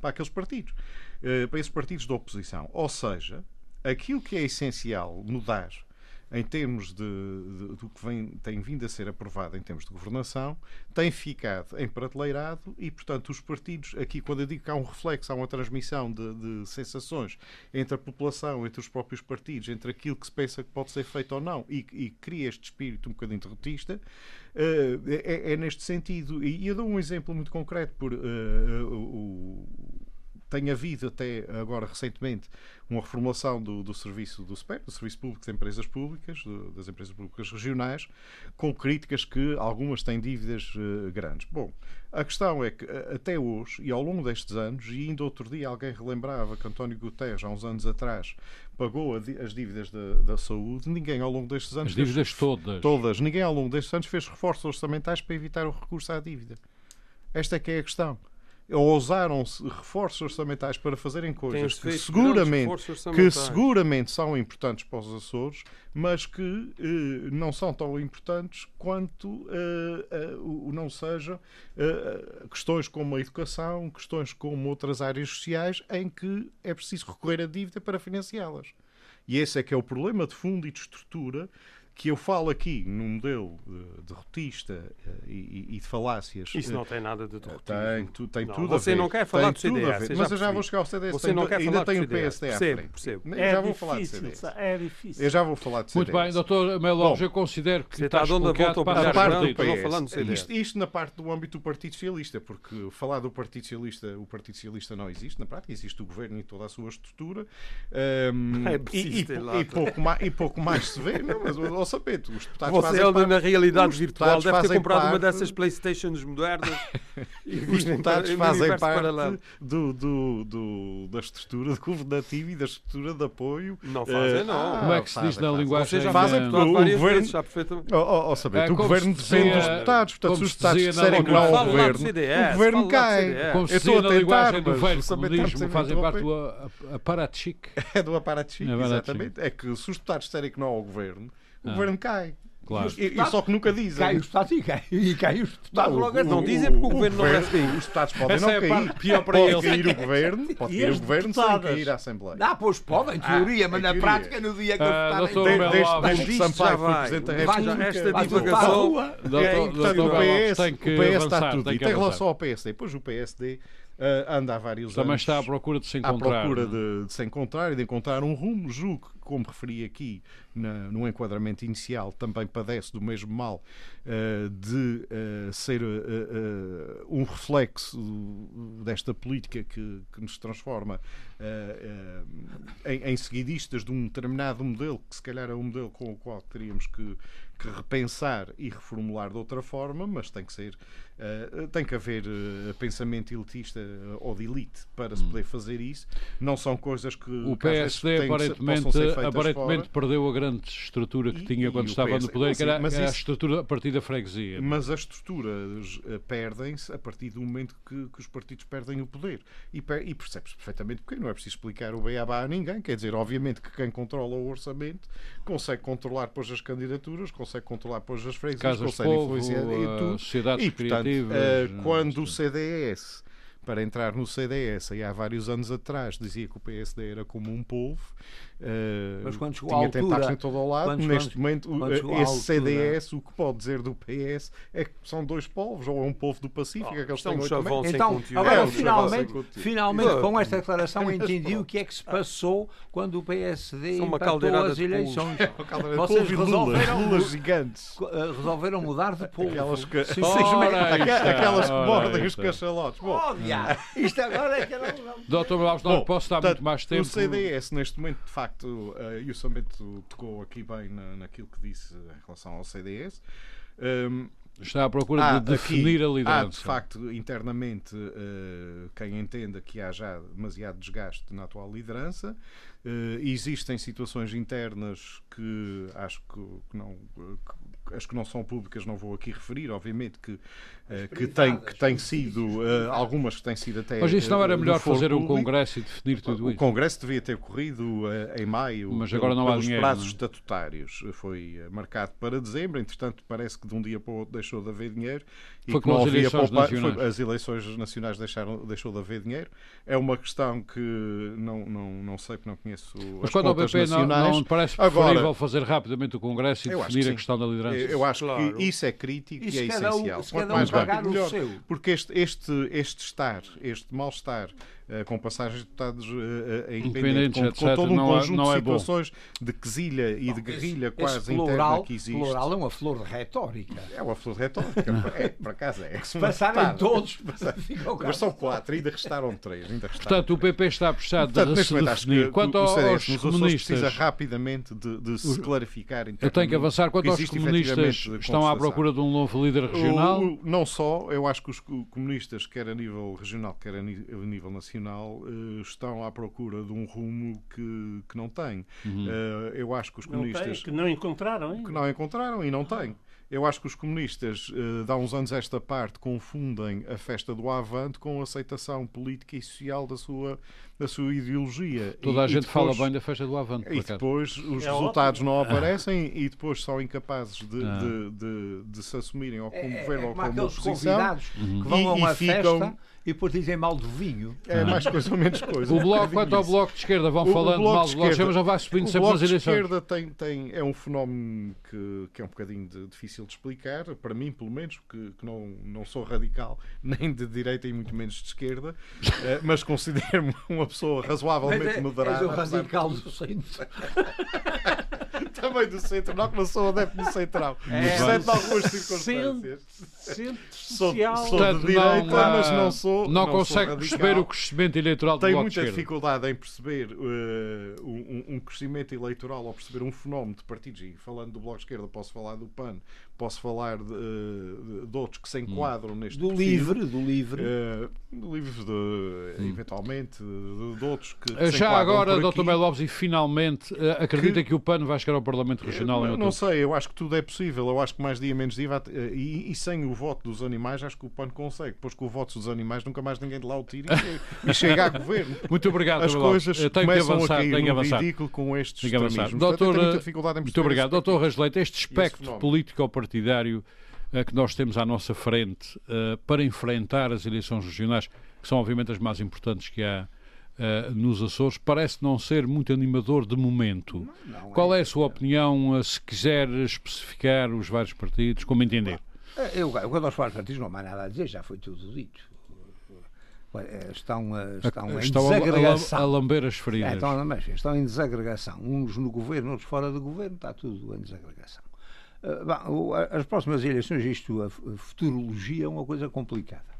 Speaker 6: para aqueles partidos, eh, para esses partidos da oposição. Ou seja, aquilo que é essencial mudar em termos de, de- do que vem, tem vindo a ser aprovado em termos de governação, tem ficado emprateleirado e, portanto, os partidos, aqui quando eu digo que há um reflexo, há uma transmissão de, de sensações entre a população, entre os próprios partidos, entre aquilo que se pensa que pode ser feito ou não e, e cria este espírito um bocadinho derrotista, eh, é, é neste sentido. E, e eu dou um exemplo muito concreto por eh, o tem havido até agora recentemente uma reformulação do, do serviço do SPER, do Serviço Público de Empresas Públicas, do- das empresas públicas regionais, com críticas que algumas têm dívidas eh, grandes. Bom, a questão é que eh, até hoje e ao longo destes anos, e ainda outro dia alguém relembrava que António Guterres, há uns anos atrás, pagou a di- as dívidas da, da saúde, ninguém ao longo destes anos
Speaker 2: As
Speaker 6: fez-
Speaker 2: dívidas todas.
Speaker 6: Todas. Ninguém ao longo destes anos fez reforços orçamentais para evitar o recurso à dívida. Esta é que é a questão. Ou Ousaram-se reforços orçamentais para fazerem coisas
Speaker 5: feito
Speaker 6: que
Speaker 5: grandes
Speaker 6: seguramente,
Speaker 5: esforços
Speaker 6: que
Speaker 5: orçamentais.
Speaker 6: seguramente são importantes para os Açores, mas que eh, não são tão importantes quanto eh, eh, o o não seja eh, questões como a educação, questões como outras áreas sociais em que é preciso recorrer à dívida para financiá-las. E esse é que é o problema de fundo e de estrutura que eu falo aqui num modelo eh, derrotista eh, e, e de falácias.
Speaker 5: Isso
Speaker 6: eh,
Speaker 5: não tem nada de derrotismo.
Speaker 6: Tem, tu, tem
Speaker 5: Não,
Speaker 6: tudo a
Speaker 5: você
Speaker 6: ver.
Speaker 5: não quer falar
Speaker 6: Tem
Speaker 5: do
Speaker 6: tudo a
Speaker 5: CDS,
Speaker 6: ver.
Speaker 5: eu já
Speaker 6: Mas eu já vou
Speaker 5: percebi.
Speaker 6: chegar ao CDS.
Speaker 5: Você
Speaker 6: tem-
Speaker 5: não quer
Speaker 6: ainda
Speaker 5: falar do
Speaker 6: tem o
Speaker 5: CDS,
Speaker 6: PSD à
Speaker 5: percebo,
Speaker 6: frente.
Speaker 5: percebo.
Speaker 6: Nem-
Speaker 3: É
Speaker 6: já vou falar do
Speaker 3: difícil,
Speaker 6: CDS.
Speaker 3: é difícil.
Speaker 6: Eu já vou falar do CDS.
Speaker 2: Muito bem, doutor Melo
Speaker 6: Bom, tá
Speaker 2: Alves, eu considero que
Speaker 5: Você
Speaker 2: está
Speaker 5: está dando a
Speaker 2: explicado
Speaker 5: volta
Speaker 2: para
Speaker 5: ao
Speaker 6: Na
Speaker 5: Já
Speaker 2: a
Speaker 5: bilhar,
Speaker 6: parte
Speaker 5: não,
Speaker 6: do
Speaker 2: partida.
Speaker 5: estou a falar no
Speaker 6: PS,
Speaker 5: CDS.
Speaker 6: isto, isto na parte do âmbito do Partido Socialista, porque falar do Partido Socialista, o Partido Socialista não existe na prática, existe o governo e toda a sua estrutura. ahm,
Speaker 5: É
Speaker 6: e,
Speaker 5: preciso
Speaker 6: e,
Speaker 5: ter
Speaker 6: pou-
Speaker 5: lá.
Speaker 6: e pouco mais, e pouco mais se vê, não, mas ao sapeto, os deputados
Speaker 5: Você,
Speaker 6: fazem
Speaker 5: ele,
Speaker 6: parte-
Speaker 5: na realidade
Speaker 6: os
Speaker 5: virtual,
Speaker 6: deputados
Speaker 5: deve ter
Speaker 6: fazem
Speaker 5: comprado uma
Speaker 6: parte-
Speaker 5: dessas Playstations modernas e
Speaker 6: os
Speaker 5: vive em
Speaker 6: deputados
Speaker 5: um
Speaker 6: fazem
Speaker 5: universo
Speaker 6: parte
Speaker 5: paralelo.
Speaker 6: do, do- do- da estrutura governativa e da estrutura de apoio. eh,
Speaker 5: Não fazem, não.
Speaker 2: Como é que se
Speaker 6: fazem,
Speaker 2: diz na
Speaker 6: fazem.
Speaker 2: linguagem?
Speaker 5: Você já foi
Speaker 6: fazem
Speaker 2: eh,
Speaker 5: deputado
Speaker 6: o
Speaker 5: várias
Speaker 6: governo-
Speaker 5: vezes, já perfeitamente.
Speaker 6: Ó, ó, ó, saber,
Speaker 2: É,
Speaker 6: o
Speaker 2: como
Speaker 6: governo
Speaker 2: se
Speaker 6: depende
Speaker 2: dizia-
Speaker 6: dos deputados. Portanto, se
Speaker 2: como
Speaker 6: os
Speaker 2: se
Speaker 6: deputados
Speaker 2: dizia na
Speaker 6: disserem que não
Speaker 2: linguagem-
Speaker 6: ao
Speaker 5: Fala lá do
Speaker 6: governo,
Speaker 5: CDS,
Speaker 6: o governo
Speaker 5: fala lá do
Speaker 6: cai.
Speaker 5: CDS.
Speaker 2: Como
Speaker 6: Eu
Speaker 2: se
Speaker 6: estou
Speaker 2: diz
Speaker 6: a
Speaker 2: na
Speaker 6: tentar,
Speaker 2: linguagem do
Speaker 6: mas
Speaker 2: velho
Speaker 6: o saber
Speaker 2: comunismo,
Speaker 6: está-me
Speaker 2: fazem
Speaker 6: sempre
Speaker 2: parte do a- a- aparatschique.
Speaker 6: É do aparato chique,
Speaker 2: É aparato chique.
Speaker 6: exatamente. É que se os deputados disserem que não ao governo, o
Speaker 2: Ah.
Speaker 6: governo cai.
Speaker 2: Claro.
Speaker 6: E, e só que nunca dizem.
Speaker 4: Cai os deputados e cai, e cai os deputados logo é a
Speaker 5: Não dizem porque o governo não
Speaker 6: governo-
Speaker 5: deve cair.
Speaker 6: Os deputados podem
Speaker 2: Essa
Speaker 6: não
Speaker 2: é a
Speaker 6: cair.
Speaker 2: parte pior para
Speaker 6: pode
Speaker 2: eles.
Speaker 6: cair o governo, pode
Speaker 3: E
Speaker 6: cair
Speaker 3: as
Speaker 6: o governo sem
Speaker 3: deputadas?
Speaker 6: cair a Assembleia.
Speaker 4: Ah, pois podem, em teoria, mas
Speaker 6: em
Speaker 4: na
Speaker 6: teoria.
Speaker 4: prática, no dia que eles
Speaker 2: Ah,
Speaker 4: votarem,
Speaker 2: doutor
Speaker 6: De-
Speaker 2: Melo
Speaker 4: eles-
Speaker 6: desde,
Speaker 2: Alves.
Speaker 6: desde que
Speaker 5: Isto já
Speaker 6: Sampaio foi
Speaker 5: vai.
Speaker 6: Presidente da
Speaker 5: Vai
Speaker 6: República.
Speaker 5: já esta
Speaker 4: vai é
Speaker 5: divulgação-
Speaker 4: votar à rua.
Speaker 2: Doutor-
Speaker 6: É, e, portanto,
Speaker 2: doutor
Speaker 6: o
Speaker 2: Melo Alves
Speaker 6: PS,
Speaker 2: tem que
Speaker 6: o PS
Speaker 2: avançar,
Speaker 6: está tudo.
Speaker 2: tem
Speaker 6: e
Speaker 2: que
Speaker 6: tem relação
Speaker 2: avançar.
Speaker 6: ao PSD, pois o PSD ah, anda há vários
Speaker 2: Também
Speaker 6: anos
Speaker 2: está à procura de se
Speaker 6: à
Speaker 2: encontrar.
Speaker 6: procura
Speaker 2: não é?
Speaker 6: de, de se encontrar e de encontrar um rumo. Julgo que, como referi aqui na- no enquadramento inicial, também padece do mesmo mal eh, de eh, ser eh, eh, um reflexo desta política que, que nos transforma eh, eh, em, em seguidistas de um determinado modelo, que se calhar é um modelo com o qual teríamos que, que repensar e reformular de outra forma, mas tem que ser eh, tem que haver eh, pensamento elitista eh, ou de elite para se poder fazer isso. Não são coisas que
Speaker 2: Hum. O
Speaker 6: que às vezes
Speaker 2: PSD
Speaker 6: têm que se-
Speaker 2: aparentemente,
Speaker 6: possam ser feitas
Speaker 2: aparentemente
Speaker 6: fora.
Speaker 2: perdeu a grande estrutura que
Speaker 6: E-
Speaker 2: tinha
Speaker 6: e
Speaker 2: quando
Speaker 6: o
Speaker 2: estava no
Speaker 6: PS.
Speaker 2: poder, que
Speaker 6: Não,
Speaker 2: era,
Speaker 6: sim, mas
Speaker 2: era a
Speaker 6: isso- Hum.
Speaker 2: estrutura a partir da freguesia.
Speaker 6: Mas as estruturas eh, perdem-se a partir do momento que, que os partidos perdem o poder. E, per- e percebes perfeitamente porque não é preciso explicar o beabá a ninguém. Quer dizer, obviamente que quem controla o orçamento consegue controlar depois as candidaturas, consegue controlar depois as freguesias,
Speaker 2: Casas de
Speaker 6: consegue
Speaker 2: povo,
Speaker 6: influenciar
Speaker 2: eh,
Speaker 6: e tudo.
Speaker 2: sociedades
Speaker 6: E, portanto,
Speaker 2: criativas.
Speaker 6: eh,
Speaker 2: não é?
Speaker 6: quando o CDS, para entrar no CDS, aí há vários anos atrás, dizia que o PSD era como um polvo, eh,
Speaker 4: Mas quando chegou à
Speaker 6: tinha tentáculos
Speaker 4: altura-
Speaker 6: em todo o lado.
Speaker 4: quando-
Speaker 6: Neste
Speaker 4: quando-
Speaker 6: momento, o-
Speaker 4: quando
Speaker 6: eh,
Speaker 4: chegou à
Speaker 6: esse
Speaker 4: altura-
Speaker 6: CDS, o que pode dizer do PS é que são dois polvos, ou é um polvo do Pacífico, que eles
Speaker 5: Isto é
Speaker 6: têm
Speaker 5: um
Speaker 6: oito
Speaker 5: chavão sem
Speaker 4: Então,
Speaker 5: conteúdo.
Speaker 6: É,
Speaker 4: agora
Speaker 6: um chavão sem
Speaker 4: finalmente,
Speaker 6: conteúdo.
Speaker 4: finalmente
Speaker 5: Eu-
Speaker 4: com esta declaração
Speaker 6: Mas
Speaker 4: entendi
Speaker 6: pronto.
Speaker 4: o que é que se passou quando o PSD
Speaker 5: São uma
Speaker 4: empatou
Speaker 5: caldeirada
Speaker 4: as
Speaker 5: de
Speaker 4: eleições.
Speaker 6: metros.
Speaker 4: Vocês
Speaker 6: Polvo e lulas,
Speaker 4: resolveram-
Speaker 6: lulas gigantes.
Speaker 4: Co- eh, Resolveram mudar de povo.
Speaker 6: Aquelas que,
Speaker 4: Simplesmente.
Speaker 2: Ora aí está,
Speaker 6: aquelas que
Speaker 2: ora aí então.
Speaker 6: mordem os
Speaker 2: está.
Speaker 6: cachalotes. Bom,
Speaker 4: Oh, diabo, Isto agora é que era um-
Speaker 2: Doutor Melo Alves, não lhe
Speaker 6: Bom,
Speaker 2: posso dar
Speaker 6: portanto,
Speaker 2: muito mais tempo.
Speaker 6: O CDS, neste momento, de facto, eh, e o Sambento tocou aqui bem na, naquilo que disse em relação ao CDS. ehm,
Speaker 2: Está à procura
Speaker 6: há
Speaker 2: de definir
Speaker 6: Ah, aqui-
Speaker 2: a liderança.
Speaker 6: Há, de facto, internamente, eh, quem entenda que há já demasiado desgaste na atual liderança. Eh, existem situações internas que acho que, que não. que- as que não são públicas não vou aqui referir, obviamente que, eh, que, tem, que tem sido, eh, algumas que têm sido até.
Speaker 2: Mas isso não
Speaker 6: eh,
Speaker 2: era
Speaker 6: no
Speaker 2: melhor
Speaker 6: foro
Speaker 2: fazer um
Speaker 6: público.
Speaker 2: congresso e definir tudo
Speaker 6: O
Speaker 2: isso?
Speaker 6: Congresso devia ter corrido eh, em maio,
Speaker 2: Mas
Speaker 6: pelo-
Speaker 2: agora não há
Speaker 6: pelos
Speaker 2: dinheiro,
Speaker 6: prazos
Speaker 2: não é?
Speaker 6: estatutários. Foi eh, marcado para dezembro, entretanto, parece que de um dia para o outro deixou de haver dinheiro. E
Speaker 2: Foi
Speaker 6: que não
Speaker 2: com as
Speaker 6: havia
Speaker 2: eleições
Speaker 6: poupa-
Speaker 2: nacionais.
Speaker 6: foi- as eleições nacionais deixaram, deixou de haver dinheiro. É uma questão que não, não, não sei, porque não conheço
Speaker 2: Mas
Speaker 6: as
Speaker 2: quando ao
Speaker 6: contas
Speaker 2: PP não,
Speaker 6: nacionais.
Speaker 2: não parece preferível
Speaker 6: Agora,
Speaker 2: fazer rapidamente o congresso e
Speaker 6: Eu acho que
Speaker 2: definir a
Speaker 6: sim.
Speaker 2: questão da liderança?
Speaker 6: eu eu acho
Speaker 5: Claro.
Speaker 6: que isso é crítico
Speaker 4: E
Speaker 6: e,
Speaker 4: se
Speaker 6: é
Speaker 4: cada um-
Speaker 6: essencial.
Speaker 4: se
Speaker 6: Quanto
Speaker 4: cada um
Speaker 6: mais
Speaker 4: pagar
Speaker 6: rápido,
Speaker 4: o
Speaker 6: melhor.
Speaker 4: seu.
Speaker 6: Porque este, este, este estar, este mal-estar, eh, com passagens de deputados eh, eh, independentes,
Speaker 2: Independentes,
Speaker 6: com, com
Speaker 2: etc.,
Speaker 6: todo um
Speaker 2: não é-
Speaker 6: conjunto
Speaker 2: não é
Speaker 6: de
Speaker 2: bom.
Speaker 6: situações de quesilha e de guerrilha
Speaker 4: Esse-
Speaker 6: quase
Speaker 4: esse
Speaker 6: interna
Speaker 4: plural,
Speaker 6: que existe.
Speaker 4: plural é uma flor de retórica.
Speaker 6: É uma flor retórica, é, por acaso é.
Speaker 4: Se passarem
Speaker 6: Repara,
Speaker 4: todos, ficam cá.
Speaker 6: Mas são quatro, ainda restaram três. Ainda restaram
Speaker 2: Portanto, o
Speaker 6: três.
Speaker 2: PP está puxado
Speaker 6: Portanto,
Speaker 2: de
Speaker 6: neste
Speaker 2: se
Speaker 6: momento, acho que
Speaker 2: definir. Quanto
Speaker 6: o
Speaker 2: aos
Speaker 6: CDS nos Açores precisa
Speaker 2: comunistas,
Speaker 6: rapidamente de, de se clarificar.
Speaker 2: eu tenho que
Speaker 6: internamente,
Speaker 2: avançar. Quanto
Speaker 6: porque
Speaker 2: aos
Speaker 6: existe
Speaker 2: comunistas,
Speaker 6: efetivamente
Speaker 2: estão à
Speaker 6: contestação.
Speaker 2: procura de um novo líder regional?
Speaker 6: O- o- não só, eu acho que os co- comunistas, quer a nível regional, quer a ni- a nível nacional, eh, estão à procura de um rumo que, que não têm.
Speaker 2: Uhum.
Speaker 6: Eh, eu acho que os
Speaker 3: Não tem,
Speaker 6: comunistas
Speaker 3: que não encontraram, hein?
Speaker 6: que não encontraram e não têm. Eu acho que os comunistas, eh, de há uns anos esta parte, confundem a festa do Avante com a aceitação política e social da sua, da sua ideologia.
Speaker 2: Toda a
Speaker 6: E- e
Speaker 2: gente fala
Speaker 6: depois-
Speaker 2: bem da festa do Avante, por
Speaker 6: e
Speaker 2: acaso.
Speaker 6: depois os
Speaker 3: É
Speaker 6: resultados não aparecem e depois são incapazes de,
Speaker 2: Ah.
Speaker 6: de, de- de se assumirem ou como
Speaker 4: É, é
Speaker 6: governo ou
Speaker 4: como
Speaker 6: como
Speaker 4: aqueles
Speaker 6: oposição. uhum.
Speaker 4: convidados que vão
Speaker 6: E-
Speaker 4: a uma
Speaker 6: e ficam-
Speaker 4: festa E depois dizem mal do vinho.
Speaker 6: É mais coisa ou menos coisa.
Speaker 2: Ah. O
Speaker 6: Um
Speaker 2: bloco,
Speaker 6: bocadinho
Speaker 2: quanto ao
Speaker 6: isso.
Speaker 2: bloco de esquerda, vão
Speaker 6: O- o
Speaker 2: falando
Speaker 6: Bloco
Speaker 2: mal
Speaker 6: de
Speaker 2: do bloco de esquerda,
Speaker 6: Esquerda-
Speaker 2: já vai subindo
Speaker 6: O
Speaker 2: sempre
Speaker 6: Bloco
Speaker 2: nas
Speaker 6: de
Speaker 2: eleições.
Speaker 6: esquerda tem, tem, é um fenómeno que, que é um bocadinho de- difícil de explicar, para mim, pelo menos, que, que não, não sou radical nem de direita e muito menos de esquerda, eh, mas considero-me uma pessoa
Speaker 4: Mas
Speaker 6: razoavelmente
Speaker 4: é- és
Speaker 6: moderada.
Speaker 4: o
Speaker 6: apesar de
Speaker 4: radical do centro.
Speaker 6: Também do centro, não que não sou adepto do central.
Speaker 2: É.
Speaker 6: Exceto em algumas
Speaker 3: Centro,
Speaker 6: circunstâncias.
Speaker 3: centro
Speaker 6: Sou,
Speaker 3: social.
Speaker 6: sou
Speaker 2: Portanto,
Speaker 6: de direita,
Speaker 2: não, ah,
Speaker 6: mas não sou.
Speaker 2: Não,
Speaker 6: sou
Speaker 2: consegue perceber
Speaker 6: radical.
Speaker 2: o crescimento eleitoral do
Speaker 6: tem
Speaker 2: bloco de
Speaker 6: muita
Speaker 2: esquerda.
Speaker 6: dificuldade em perceber eh, um, um- um crescimento eleitoral ou perceber um fenómeno de partidos. E falando do Bloco de Esquerda, posso falar do PAN, posso falar de, eh, de- de outros que se enquadram neste
Speaker 4: Do
Speaker 6: perfil.
Speaker 4: livre, do livre.
Speaker 6: Eh, do livre, de, eventualmente, de, de outros que, que se
Speaker 2: Eh, Já
Speaker 6: enquadram
Speaker 2: agora,
Speaker 6: por
Speaker 2: Dr.
Speaker 6: aqui.
Speaker 2: Melo Lopes, e finalmente, eh, acredita que... o PAN vai chegar ao Parlamento Regional em
Speaker 6: não,
Speaker 2: outubro?
Speaker 6: não sei, eu acho que tudo é possível. Eu acho que mais dia, menos dia. vai te- eh, E, e sem o voto dos animais, acho que o PAN consegue. Pois com o voto dos animais, nunca mais ninguém de lá o tira e che- e chega a governo.
Speaker 2: Muito obrigado,
Speaker 6: as
Speaker 2: Dr. Melo Lopes.
Speaker 6: coisas
Speaker 2: Eh, Tenho que
Speaker 6: começam
Speaker 2: avançar,
Speaker 6: a cair
Speaker 2: tenho que
Speaker 6: no
Speaker 2: avançar.
Speaker 6: ridículo com estes
Speaker 2: Tem que avançar.
Speaker 6: extremismos. Portanto, eu
Speaker 2: Doutor, eh,
Speaker 6: tenho muita dificuldade em
Speaker 2: Muito
Speaker 6: perceber
Speaker 2: obrigado.
Speaker 6: este aspecto.
Speaker 2: Doutor Rasleito, este espectro
Speaker 6: fenómeno.
Speaker 2: político-partidário eh, que nós temos à nossa frente eh, para enfrentar as eleições regionais, que são obviamente as mais importantes que há eh, nos Açores, parece não ser muito animador de momento. Qual é a sua opinião, eh, se quiser especificar os vários partidos, como entender?
Speaker 4: Eh, Eu, quando aos quatro partidos não há mais nada a dizer, já foi tudo dito. Eh, Estão, eh, estão em
Speaker 2: Estão a, a, a
Speaker 4: desagregação.
Speaker 2: lamber as
Speaker 4: É,
Speaker 2: feridas.
Speaker 4: estão, na mesma, estão em desagregação. Uns no governo, outros fora do governo, está tudo em desagregação. Ah, bom, o- a- as próximas eleições, isto, a f- a futurologia é uma coisa complicada.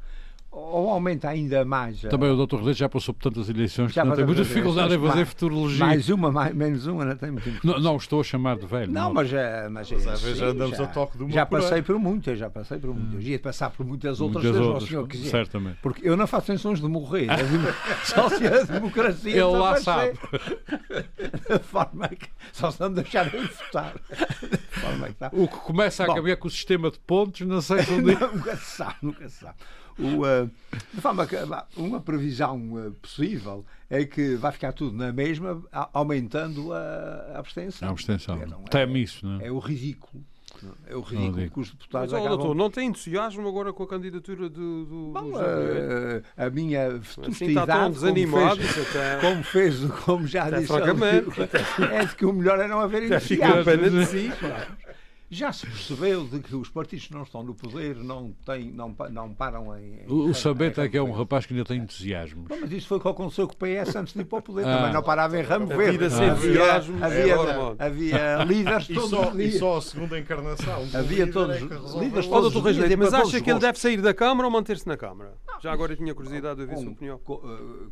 Speaker 4: Ou aumenta ainda mais. a-
Speaker 2: Também o Dr. Rasleito já passou por tantas eleições
Speaker 4: Já
Speaker 2: que não tem muita
Speaker 4: passou por tantas
Speaker 2: dificuldade em
Speaker 4: eleições,
Speaker 2: fazer
Speaker 4: mas-
Speaker 2: futurologia.
Speaker 4: mais uma, mais, menos uma, não tem muito importante.
Speaker 2: Não, não o estou a chamar de velho.
Speaker 4: Não, mas, eh, mas, eh,
Speaker 6: Mas às vezes
Speaker 4: sim,
Speaker 6: andamos a toque de uma
Speaker 4: Já
Speaker 6: por ano.
Speaker 4: passei por muitas, já passei por muitas. Ia passar por muitas outras,
Speaker 2: Muitas
Speaker 4: se
Speaker 2: outras,
Speaker 4: o senhor quiser.
Speaker 2: certamente.
Speaker 4: Porque eu não faço intenções de morrer. A dem- só se a democracia.
Speaker 2: Ele lá
Speaker 4: desaparecer. Da forma que. Só se não me deixarem votar. Da forma que está.
Speaker 2: O que começa a
Speaker 4: Bom.
Speaker 2: acabar com o sistema de pontos, não sei se um dia-
Speaker 4: Não, nunca se sabe, nunca se sabe. O, eh, de forma que vá, uma previsão eh, possível é que vai ficar tudo na mesma, a- aumentando a, a abstenção.
Speaker 2: A abstenção.
Speaker 4: É, não é?
Speaker 2: Teme isso, não é?
Speaker 4: É o ridículo. não É o ridículo
Speaker 2: digo.
Speaker 4: que os
Speaker 5: Mas,
Speaker 4: deputados
Speaker 5: ó,
Speaker 4: acabam...
Speaker 5: doutor, não tem entusiasmo agora com a candidatura do. do, do
Speaker 4: Bom,
Speaker 5: José Rebelo?
Speaker 4: eh, a minha
Speaker 5: Assim está tão
Speaker 4: futilidade,
Speaker 5: desanimado.
Speaker 4: como fez,
Speaker 5: isso até-
Speaker 4: como fez, como já
Speaker 5: Até
Speaker 4: disse,
Speaker 5: francamente.
Speaker 4: é de que o melhor é não haver
Speaker 5: Até fica assim. a
Speaker 4: iniciativas.
Speaker 5: pena de si.
Speaker 4: Já se percebeu de que os partidos que não estão no poder, não, têm, não, pa- não param em... em-
Speaker 2: O,
Speaker 4: em-
Speaker 2: o Sabeta é que é um
Speaker 4: em-
Speaker 2: rapaz que ainda tem entusiasmo.
Speaker 4: Bom, mas isso foi o que aconteceu com o PS antes de ir para o poder.
Speaker 2: Ah.
Speaker 4: Também não parava em ramo verde.
Speaker 5: vida sem
Speaker 4: havia,
Speaker 5: entusiasmo,
Speaker 6: é
Speaker 4: havia,
Speaker 5: normal.
Speaker 4: havia líderes
Speaker 6: E
Speaker 4: todos
Speaker 6: só,
Speaker 4: os
Speaker 6: e
Speaker 4: dias.
Speaker 6: só a segunda encarnação. do
Speaker 4: Havia
Speaker 6: líder
Speaker 4: todos-
Speaker 6: é que resolveu
Speaker 4: líderes
Speaker 5: Ó,
Speaker 6: logo.
Speaker 4: todos
Speaker 5: doutor
Speaker 4: os
Speaker 5: Reis
Speaker 4: dias, um
Speaker 5: mas
Speaker 4: para todos
Speaker 5: acha
Speaker 4: os
Speaker 5: que ele
Speaker 4: gostos.
Speaker 5: deve sair da Câmara ou manter-se na Câmara? Já agora eu tinha curiosidade de ouvir a sua
Speaker 4: Com-
Speaker 5: opinião.
Speaker 4: co- eh,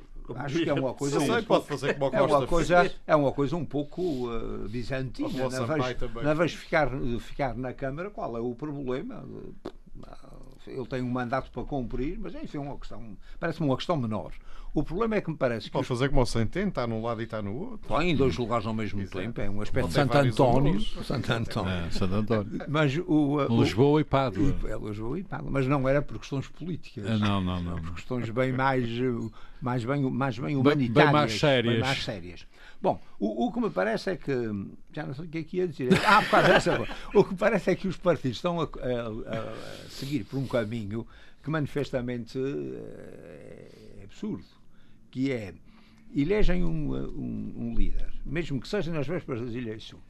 Speaker 4: eh, Acho que é uma coisa...
Speaker 6: Não sei, pode fazer como o
Speaker 4: É uma
Speaker 6: Costa
Speaker 4: coisa,
Speaker 6: fez.
Speaker 4: é uma coisa um pouco eh,
Speaker 6: Como o
Speaker 4: bizantina. Não
Speaker 6: Sampaio
Speaker 4: vejo,
Speaker 6: também.
Speaker 4: não vejo ficar, ficar na Câmara qual é o problema. Ele tem um mandato para cumprir, mas enfim, é uma questão, parece-me uma questão menor. O problema é que me parece que
Speaker 6: Pode
Speaker 4: os,
Speaker 6: fazer como o Centeno, está num lado e está no outro.
Speaker 4: põem dois lugares ao mesmo tempo. É um aspecto de
Speaker 6: Tem
Speaker 4: Santo
Speaker 6: vários
Speaker 4: António.
Speaker 6: outros. É.
Speaker 4: Santo António.
Speaker 2: Ah, Santo António.
Speaker 4: Mas o, eh, o-
Speaker 2: Lisboa e Pádua.
Speaker 4: e- é Lisboa e Pádua, mas não era por questões políticas.
Speaker 2: Ah, não, não, não. não.
Speaker 4: questões bem mais, eh, mais, bem, mais bem humanitárias.
Speaker 2: bem mais sérias.
Speaker 4: bem mais sérias. Bom, o, o que me parece é que. Já não sei o que é que ia dizer. Ah, por causa dessa coisa. O que me parece é que os partidos estão a, a- a- a seguir por um caminho que manifestamente eh, é absurdo. Que é. Elegem um, eh, um- um líder, mesmo que seja nas vésperas das eleições.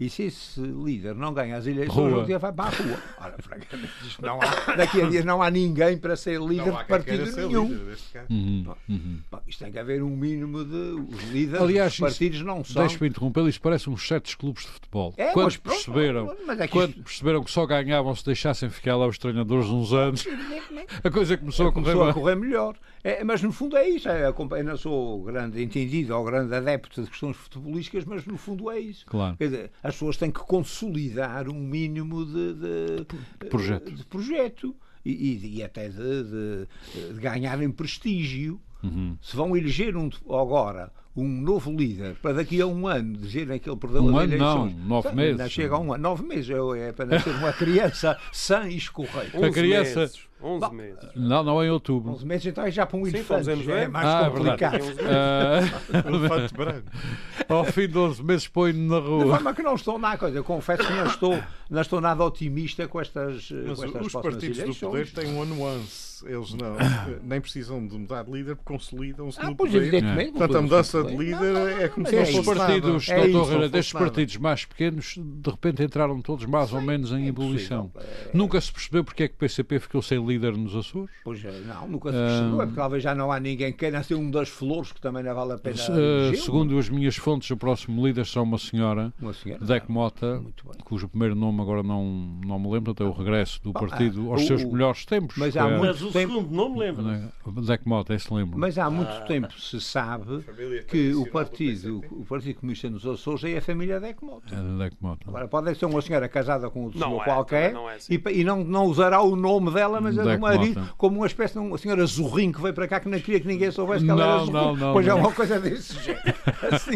Speaker 4: E se esse líder não ganha as eleições,
Speaker 2: Rua.
Speaker 4: um dia vai para a rua. Ora, francamente, isto não há, daqui a dias não há ninguém para ser líder
Speaker 6: Não há
Speaker 4: de
Speaker 6: quem queira
Speaker 4: partido
Speaker 6: ser
Speaker 4: nenhum.
Speaker 6: líder deste caso.
Speaker 2: Uhum.
Speaker 4: Bom, isto tem que haver um mínimo de. Os líderes
Speaker 2: Aliás,
Speaker 4: dos
Speaker 2: isso-
Speaker 4: partidos não são.
Speaker 2: Deixe-me interrompê-lo, isso parece uns certos clubes de futebol.
Speaker 4: É,
Speaker 2: quando
Speaker 4: mas pronto,
Speaker 2: perceberam,
Speaker 4: mas é que
Speaker 2: quando
Speaker 4: isto-
Speaker 2: perceberam que só ganhavam se deixassem ficar lá os treinadores uns anos, a coisa começou a correr
Speaker 4: Começou a
Speaker 2: mal.
Speaker 4: correr melhor. É, mas no fundo é isso. É, a compa- eu não sou grande entendido ou grande adepto de questões futebolísticas, mas no fundo é isso.
Speaker 2: Claro.
Speaker 4: Quer dizer, as pessoas têm que consolidar um mínimo de, de-
Speaker 2: projeto.
Speaker 4: de projeto e, e- e até de, de- de ganharem prestígio.
Speaker 2: Uhum.
Speaker 4: Se vão eleger um, agora um novo líder para daqui a um ano dizerem que ele perdeu
Speaker 2: Um
Speaker 4: as
Speaker 2: ano não,
Speaker 4: eleições.
Speaker 2: nove
Speaker 4: Sabe, ainda
Speaker 2: meses.
Speaker 4: Chega a um ano, nove meses. Eu, é para nascer uma criança sã e escorreita.
Speaker 5: 11
Speaker 2: criança-
Speaker 5: meses. 11 meses.
Speaker 2: Não, não, em outubro.
Speaker 4: 11 meses, então é já para um
Speaker 5: Sim,
Speaker 4: elefante.
Speaker 5: fomos
Speaker 4: já
Speaker 5: em
Speaker 4: é
Speaker 5: novembro.
Speaker 4: mais
Speaker 2: Ah, é
Speaker 4: complicado.
Speaker 5: verdade.
Speaker 2: Ah,
Speaker 6: Elefante branco.
Speaker 2: ao fim de 11 meses põe-no na
Speaker 4: De
Speaker 2: rua.
Speaker 4: forma que não estou nada, coisa, eu confesso que não estou, não estou nada otimista com estas, eh,
Speaker 6: Mas
Speaker 4: com estas
Speaker 6: os
Speaker 4: próximas
Speaker 6: partidos do
Speaker 4: eleições.
Speaker 6: poder têm uma nuance isso. Eles não, nem precisam de mudar de líder, porque consolidam-se
Speaker 4: Ah,
Speaker 6: no
Speaker 3: é,
Speaker 4: pois,
Speaker 6: poder.
Speaker 4: evidentemente. não
Speaker 6: Portanto, a
Speaker 4: podemos
Speaker 6: mudança de
Speaker 4: concluir. Não,
Speaker 6: líder
Speaker 4: não,
Speaker 6: é como
Speaker 4: mas
Speaker 6: se não
Speaker 4: é
Speaker 2: Estes
Speaker 4: isso.
Speaker 6: fosse nada.
Speaker 2: partidos,
Speaker 6: É
Speaker 2: doutor
Speaker 6: isso, não
Speaker 2: Herrera,
Speaker 6: fosse
Speaker 2: destes
Speaker 6: nada.
Speaker 2: partidos mais pequenos, de repente entraram todos mais ou menos
Speaker 4: é
Speaker 2: em ebulição. Nunca se percebeu porque é que o PCP ficou sem líder nos Açores.
Speaker 4: Pois é, não, nunca se percebeu. É porque talvez já não há ninguém que queira ser um das flores que também não vale a pena.
Speaker 2: Se-
Speaker 6: eh,
Speaker 4: eleger.
Speaker 2: Ah, segundo as minhas fontes, o próximo líder será uma senhora,
Speaker 4: Uma senhora.
Speaker 2: Deck Mota,
Speaker 4: Muito bem.
Speaker 2: cujo primeiro nome agora não, não me lembro, até o regresso do partido
Speaker 4: ah,
Speaker 2: aos
Speaker 4: o-
Speaker 2: seus
Speaker 4: o-
Speaker 2: melhores tempos.
Speaker 4: mas
Speaker 2: que
Speaker 4: há
Speaker 2: é-
Speaker 4: muito-
Speaker 3: Mas o
Speaker 4: tempo-
Speaker 3: segundo não me lembro.
Speaker 4: é?
Speaker 2: né, Deck Mota, esse lembro.
Speaker 4: Mas há muito
Speaker 6: Ah,
Speaker 4: tempo se sabe que o partido, o partido Comunista nos Açores é a família da Ecmoto.
Speaker 2: É, Deck Mota.
Speaker 4: Agora pode ser uma senhora casada com outro
Speaker 5: Não
Speaker 4: senhor
Speaker 5: é,
Speaker 4: qualquer
Speaker 5: também não é assim.
Speaker 4: e, pa- e não, não usará o nome dela, mas é
Speaker 2: Da
Speaker 4: do marido,
Speaker 2: Ecmota.
Speaker 4: como uma espécie de um, uma senhora zorrinho que veio para cá que não queria que ninguém soubesse que ela era
Speaker 2: Não,
Speaker 4: zorrinho.
Speaker 2: não, não,
Speaker 4: pois é
Speaker 2: não.
Speaker 4: uma coisa desse género. Assim,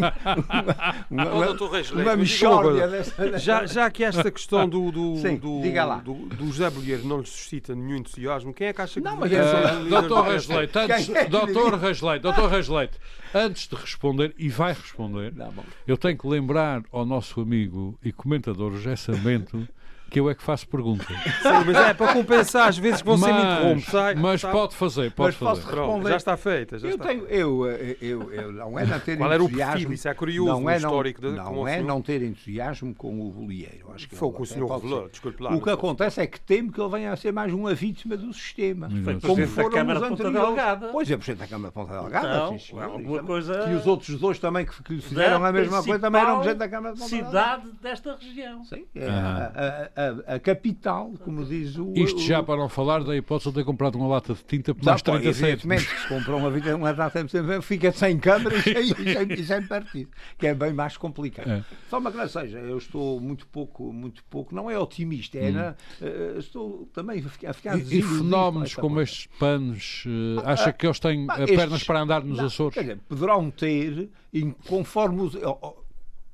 Speaker 4: uma,
Speaker 5: Ó,
Speaker 4: uma,
Speaker 5: Dr.
Speaker 4: uma
Speaker 5: Reis Leite, me diga uma
Speaker 4: mexórdia
Speaker 5: coisa.
Speaker 4: dessa.
Speaker 5: Já, já que esta questão do, do,
Speaker 4: Sim,
Speaker 5: do,
Speaker 4: diga lá.
Speaker 5: do, do José Bolheiro não lhe suscita nenhum entusiasmo, quem é que acha que
Speaker 4: Não, mas é
Speaker 5: deveria ser
Speaker 4: só-
Speaker 5: o líder do
Speaker 2: Doutor
Speaker 5: PSD?
Speaker 2: Rasleite, antes,
Speaker 4: Quem é que
Speaker 2: doutor
Speaker 4: diria?
Speaker 2: Rasleite, doutor Rasleite, antes de responder, e vai responder,
Speaker 4: Não, bom.
Speaker 2: eu tenho que lembrar ao nosso amigo e comentador José Sarmento que eu é que faço perguntas.
Speaker 5: Sim, mas é para compensar às vezes que você me interrompe. sai-
Speaker 2: mas
Speaker 5: sabe?
Speaker 2: pode fazer, pode
Speaker 4: Mas posso
Speaker 2: fazer.
Speaker 5: Pronto,
Speaker 4: Responder.
Speaker 5: já está feita. Já
Speaker 4: Eu
Speaker 5: está
Speaker 4: tenho, eu, eh, eu, eu, não é não ter
Speaker 5: Qual era o
Speaker 4: entusiasmo-
Speaker 5: perfil? Isso é curioso,
Speaker 4: não
Speaker 5: o
Speaker 4: é
Speaker 5: histórico
Speaker 4: não,
Speaker 5: de- com
Speaker 4: não
Speaker 5: o
Speaker 4: é
Speaker 5: senhor.
Speaker 4: não ter entusiasmo com o Bolieiro. Acho que
Speaker 5: Foi
Speaker 4: ele
Speaker 5: com o
Speaker 4: até
Speaker 5: senhor
Speaker 4: pode ser.
Speaker 5: Velar, desculpe lá,
Speaker 4: O
Speaker 5: não
Speaker 4: que
Speaker 5: sei.
Speaker 4: acontece é que temo que ele venha a ser mais uma vítima do sistema.
Speaker 2: Foi
Speaker 3: presidente da Câmara de Ponta Delgada.
Speaker 4: Pois é, presidente da Câmara de Ponta
Speaker 6: Ah,
Speaker 4: Delgada,
Speaker 3: Então,
Speaker 4: sim, senhor.
Speaker 3: alguma
Speaker 4: E também-
Speaker 3: coisa-
Speaker 4: E os outros dois também que que fizeram a mesma coisa também eram presidente da Câmara de Ponta Delgada.
Speaker 3: cidade desta região.
Speaker 4: Sim, é a, a- a- a capital, como diz o.
Speaker 2: Isto já
Speaker 4: o-
Speaker 2: para não falar da hipótese de ter comprado uma lata de tinta por mais
Speaker 4: Dá, pá,
Speaker 2: 30
Speaker 4: evidentemente,
Speaker 2: cêntimos.
Speaker 4: que se comprou uma vida, uma data de sempre, fica sem câmara e sem, e sem- e sem partido, que é bem mais complicado.
Speaker 2: É.
Speaker 4: Só uma coisa, seja, eu estou muito pouco, muito pouco, não é otimista, é, na- eh, estou também a ficar, a ficar
Speaker 2: Hum. E- E,
Speaker 4: desiludido com
Speaker 2: fenómenos
Speaker 4: esta
Speaker 2: como
Speaker 4: é? coisa.
Speaker 2: estes panos, eh, acha que eles têm
Speaker 4: Pá,
Speaker 2: eh,
Speaker 4: estes-
Speaker 2: pernas para andar nos
Speaker 4: não,
Speaker 2: Açores?
Speaker 4: quer dizer, poderão ter, em- conforme os- ó, ó,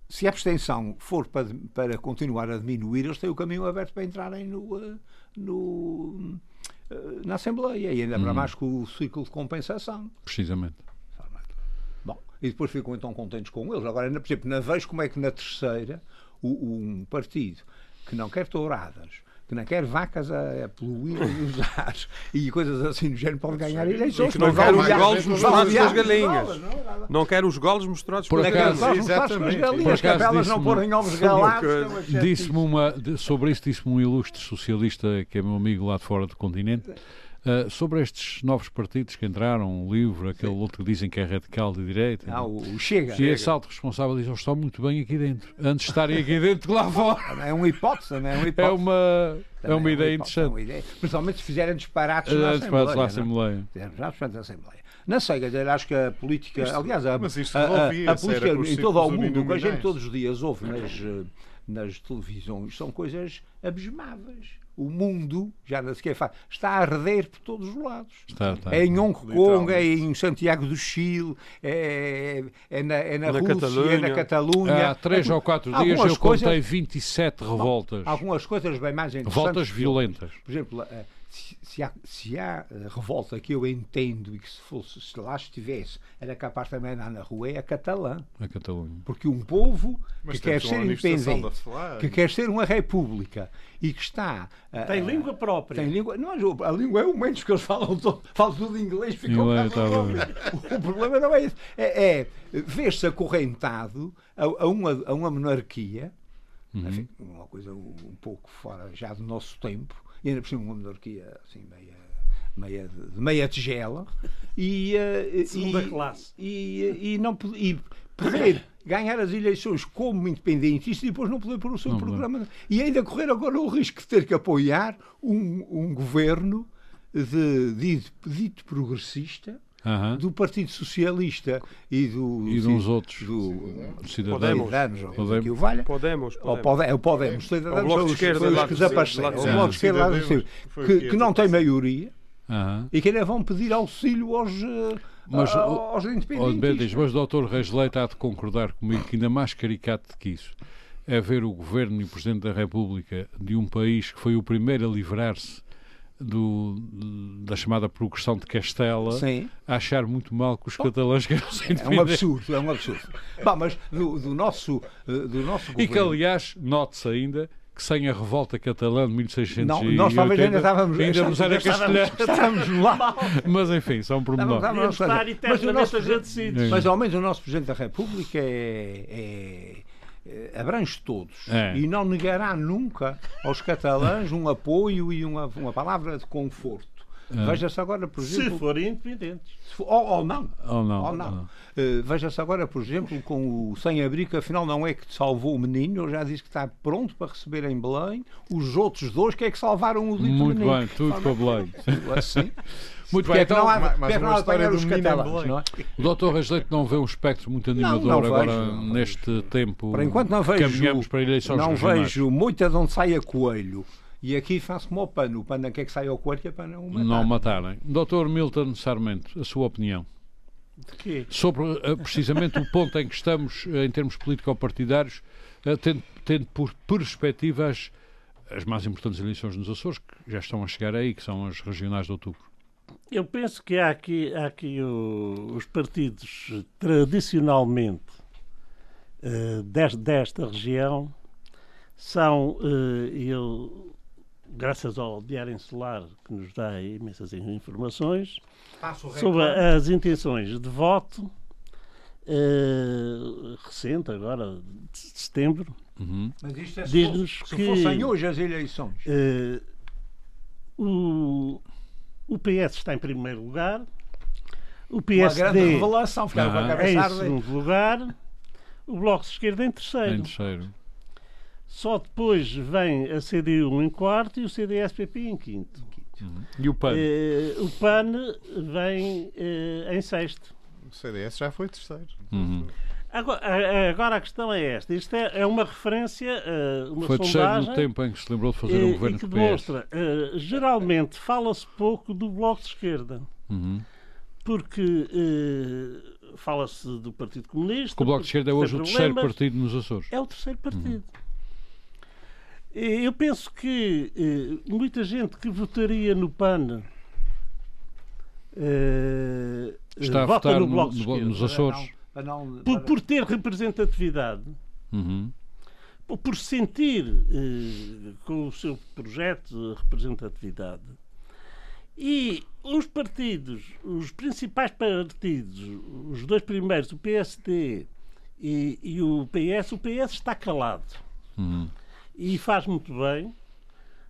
Speaker 4: se a abstenção for para, para continuar a diminuir, eles têm o caminho aberto para entrarem no, eh, no, eh, na Assembleia, e ainda
Speaker 2: Hum.
Speaker 4: para mais com o ciclo de compensação.
Speaker 2: Precisamente.
Speaker 4: Bom, e depois ficam então contentes com eles. Agora, na- por exemplo, na vejo como é que na terceira o- um partido que não quer touradas, que não quer vacas a, a poluir os ares e coisas assim do género pode ganhar eleições.
Speaker 5: que não
Speaker 4: mas vale
Speaker 5: quer os
Speaker 4: olhar-
Speaker 5: galos nos
Speaker 4: vale
Speaker 5: lados das
Speaker 4: olhar-
Speaker 5: galinhas.
Speaker 4: Não, não, nada.
Speaker 5: Não quero os golos mostrados
Speaker 2: Por
Speaker 5: por
Speaker 4: Naquela
Speaker 2: acaso,
Speaker 5: acaso.
Speaker 4: sala não faz com as
Speaker 6: exatamente.
Speaker 2: Por
Speaker 4: galinhas, que
Speaker 2: acaso
Speaker 4: elas não
Speaker 2: disse-me-
Speaker 4: porem ovos galados. que
Speaker 5: coisa.
Speaker 4: é uma chatice.
Speaker 2: Disse-me uma, de- sobre isso disse-me um ilustre socialista que é meu amigo lá de fora do continente, ah, sobre estes novos partidos que entraram, o Livre, aquele outro que dizem que é radical de direita.
Speaker 4: Ah, o o Chega.
Speaker 2: e esse alto responsável diz, eles estão muito bem aqui dentro, antes de estarem aqui dentro que lá fora.
Speaker 4: É uma hipótese, não é uma
Speaker 2: É
Speaker 4: hipótese.
Speaker 2: uma, é
Speaker 4: Também
Speaker 2: uma ideia
Speaker 4: hipótese, é uma
Speaker 2: interessante.
Speaker 4: ideia. Principalmente se fizerem disparates na
Speaker 2: Antes para a
Speaker 4: Assembleia, não é?
Speaker 2: Assembleia.
Speaker 4: Fizemos já portanto, a Assembleia. Não sei, quer dizer, acho que a política. aliás, a,
Speaker 6: mas isto
Speaker 4: a- a-
Speaker 6: resolvia-se,
Speaker 4: a
Speaker 6: era
Speaker 4: política
Speaker 6: com os
Speaker 4: em todo o
Speaker 6: círculos
Speaker 4: mundo, o que a gente
Speaker 6: uninominais.
Speaker 4: todos os dias ouve nas, eh, nas televisões, são coisas abismáveis. O mundo, já não sequer faz, está a arder por todos os lados.
Speaker 2: Está, está.
Speaker 4: É em Hong Kong, é em Santiago do Chile, é, é na, é na
Speaker 5: Na
Speaker 4: Rússia, é na
Speaker 5: Catalunha.
Speaker 4: Catalunha.
Speaker 2: Há três ou quatro dias
Speaker 4: Algumas
Speaker 2: eu
Speaker 4: coisas-
Speaker 2: contei 27 revoltas.
Speaker 4: Algumas coisas bem mais interessantes.
Speaker 2: Revoltas violentas.
Speaker 4: Por exemplo, eh, se, se há, se há, eh, revolta que eu entendo e que se fosse, se lá estivesse, era capaz também de andar na rua, é a catalã.
Speaker 2: Na Catalunha.
Speaker 4: Porque um povo
Speaker 6: Mas
Speaker 4: que quer
Speaker 6: temos uma
Speaker 4: ser
Speaker 6: manifestação
Speaker 4: independente,
Speaker 6: da FLA.
Speaker 4: que quer ser uma república e que está. eh,
Speaker 3: Tem língua própria.
Speaker 4: Tem língua. Não, a língua é o menos que eles falam todo, falam tudo inglês, ficam
Speaker 2: Inglês,
Speaker 4: cá
Speaker 2: tá
Speaker 4: malucos. O problema não é esse. É, é ver-se acorrentado a, a uma, a uma monarquia, enfim, uma coisa um, um pouco fora já do nosso tempo, e ainda por cima uma monarquia assim meia. Meia, de de meia tigela e, eh, e-
Speaker 3: Segunda classe.
Speaker 4: e, e não pod- e poder ganhar as eleições como independentista e depois não poder pôr o seu
Speaker 2: Não, não.
Speaker 4: programa. E ainda correr agora o risco de ter que apoiar um, um governo de, dito- dito progressista.
Speaker 2: Aham.
Speaker 4: Do Partido Socialista e, do,
Speaker 2: E de uns outros.
Speaker 4: Do,
Speaker 2: Cidadãos.
Speaker 4: Podemos, ou
Speaker 2: Podemos.
Speaker 4: que o valha.
Speaker 5: Podemos,
Speaker 4: Ou
Speaker 5: podemos.
Speaker 4: pode, é o Podemos, cidadãos,
Speaker 5: É o Bloco
Speaker 4: são os,
Speaker 5: de Esquerda,
Speaker 4: são os
Speaker 5: lá
Speaker 4: que
Speaker 5: do centro,
Speaker 4: desapareceram.
Speaker 5: lá do
Speaker 4: É o
Speaker 5: centro.
Speaker 4: Bloco de Esquerda, lá do
Speaker 6: Cidadãos,
Speaker 4: centro,
Speaker 6: foi o
Speaker 4: que,
Speaker 6: que
Speaker 4: que não tem maioria
Speaker 2: Aham.
Speaker 4: e que ainda vão pedir auxílio aos, eh,
Speaker 2: Mas
Speaker 4: a-
Speaker 2: o-
Speaker 4: aos
Speaker 2: Ó, Beto, diz,
Speaker 4: independentistas.
Speaker 2: mas o doutor Reis Leite há de concordar comigo que ainda mais caricato que isso é ver o governo e o presidente da República de um país que foi o primeiro a livrar-se do- da chamada progressão de Castela
Speaker 4: Sim.
Speaker 2: a achar muito mal que os catalãs queiram se
Speaker 4: É um
Speaker 2: independer.
Speaker 4: absurdo, é um absurdo. Bom, mas do, do nosso, eh, do nosso
Speaker 2: e que,
Speaker 4: governo.
Speaker 2: aliás, note-se ainda que sem a revolta catalã de 1600
Speaker 4: Não, nós talvez ainda estávamos.
Speaker 2: ainda nos era
Speaker 4: estávamos,
Speaker 2: castelhano.
Speaker 4: estávamos lá.
Speaker 2: Mas enfim, só um
Speaker 4: Estávamos
Speaker 2: pormenor.
Speaker 4: lá,
Speaker 3: Podemos
Speaker 4: mas-
Speaker 3: estar
Speaker 4: mas o
Speaker 3: eternamente
Speaker 4: nosso-
Speaker 2: É.
Speaker 3: agradecidos.
Speaker 4: Mas ao menos o nosso Presidente da República é, é- é- abrange todos
Speaker 2: É.
Speaker 4: e não negará nunca aos catalãs um apoio e uma, uma palavra de conforto.
Speaker 2: É.
Speaker 4: Veja-se agora, por
Speaker 3: Se
Speaker 4: exemplo,
Speaker 3: forem independentes.
Speaker 4: se for- ou, ou não,
Speaker 2: Ou não,
Speaker 4: ou
Speaker 2: ou
Speaker 4: não.
Speaker 2: não.
Speaker 4: Eh, Veja-se agora, por exemplo, com o sem-abrigo, afinal não é que salvou o menino, ele já disse que está pronto para receber em Belém os outros dois que é que salvaram o dito
Speaker 2: Muito
Speaker 4: menino.
Speaker 2: bem, tudo para Belém.
Speaker 4: Assim,
Speaker 2: Muito
Speaker 4: porque
Speaker 2: bem,
Speaker 4: é que não
Speaker 2: então
Speaker 4: há,
Speaker 6: mais- mais
Speaker 4: porque é que
Speaker 6: uma
Speaker 4: não há de
Speaker 6: história
Speaker 4: apanhar
Speaker 6: do
Speaker 4: os
Speaker 6: menino em
Speaker 4: catalãs,
Speaker 6: Belém.
Speaker 4: não é?
Speaker 2: o Dr. Rasleito não vê um espectro muito animador
Speaker 4: não vejo,
Speaker 2: agora
Speaker 4: não vejo.
Speaker 2: neste tempo.
Speaker 4: Por enquanto não vejo.
Speaker 2: Caminhamos para eleições
Speaker 4: Não
Speaker 2: regionais.
Speaker 4: vejo muito de onde sai a coelho. E aqui faço-me ao pano. O pano é que é que sai ao coelho e a pano é o matar.
Speaker 2: Não matarem. Dr. Milton Sarmento, a sua opinião
Speaker 3: De quê?
Speaker 2: sobre eh, precisamente o ponto em que estamos eh, em termos político-partidários, eh, tendo, tendo por perspectivas as mais importantes eleições nos Açores, que já estão a chegar aí, que são as regionais de outubro.
Speaker 3: Eu penso que há aqui, há aqui o- os partidos tradicionalmente eh, des- desta região são, eh, eu, graças ao Diário Insular, que nos dá imensas informações, sobre as intenções de voto eh, recente, agora, de setembro,
Speaker 4: Mas isto é se,
Speaker 3: diz-nos
Speaker 4: fosse, se
Speaker 3: que-
Speaker 4: fossem hoje as eleições.
Speaker 3: eh, o, o PS está em primeiro lugar, o
Speaker 4: Uma grande
Speaker 3: PSD é
Speaker 4: revelação. Ficava com a
Speaker 2: Ah.
Speaker 4: cabeça
Speaker 3: em
Speaker 4: a arder.
Speaker 3: segundo lugar, o Bloco de Esquerda em terceiro.
Speaker 2: Em terceiro.
Speaker 3: Só depois vem a CDU em quarto e o CDS-PP em quinto.
Speaker 2: E o PAN?
Speaker 3: Eh, o PAN vem eh, em sexto.
Speaker 6: O CDS já foi terceiro.
Speaker 2: Uhum.
Speaker 3: Agora, a- a- agora a questão é esta. Isto é, é uma referência, eh, uma
Speaker 2: Foi terceiro
Speaker 3: sondagem...
Speaker 2: no tempo em que se lembrou de fazer
Speaker 3: eh,
Speaker 2: um
Speaker 3: e
Speaker 2: governo
Speaker 3: que
Speaker 2: de PS.
Speaker 3: demonstra, eh, geralmente fala-se pouco do Bloco de Esquerda.
Speaker 2: Uhum.
Speaker 3: porque eh, fala-se do Partido Comunista.
Speaker 2: Porque o Bloco de
Speaker 3: porque
Speaker 2: Esquerda é hoje
Speaker 3: tem
Speaker 2: o terceiro
Speaker 3: problemas.
Speaker 2: partido nos Açores.
Speaker 3: É o terceiro
Speaker 2: Uhum.
Speaker 3: partido. Eh, Eu penso que eh, muita gente que votaria no PAN eh,
Speaker 2: Está
Speaker 3: eh,
Speaker 2: a
Speaker 3: vota
Speaker 2: votar
Speaker 3: no
Speaker 2: no-
Speaker 3: Bloco de
Speaker 2: no Bloco-
Speaker 3: Esquerda.
Speaker 2: nos
Speaker 4: Para não- é?
Speaker 2: Açores.
Speaker 4: para não-
Speaker 3: Por,
Speaker 4: para-
Speaker 3: por ter representatividade,
Speaker 2: Uhum.
Speaker 3: por, por sentir eh, com o seu projeto a representatividade. E os partidos, os principais partidos, os dois primeiros, o PSD e, e o PS, o PS está calado.
Speaker 2: Uhum.
Speaker 3: E faz muito bem.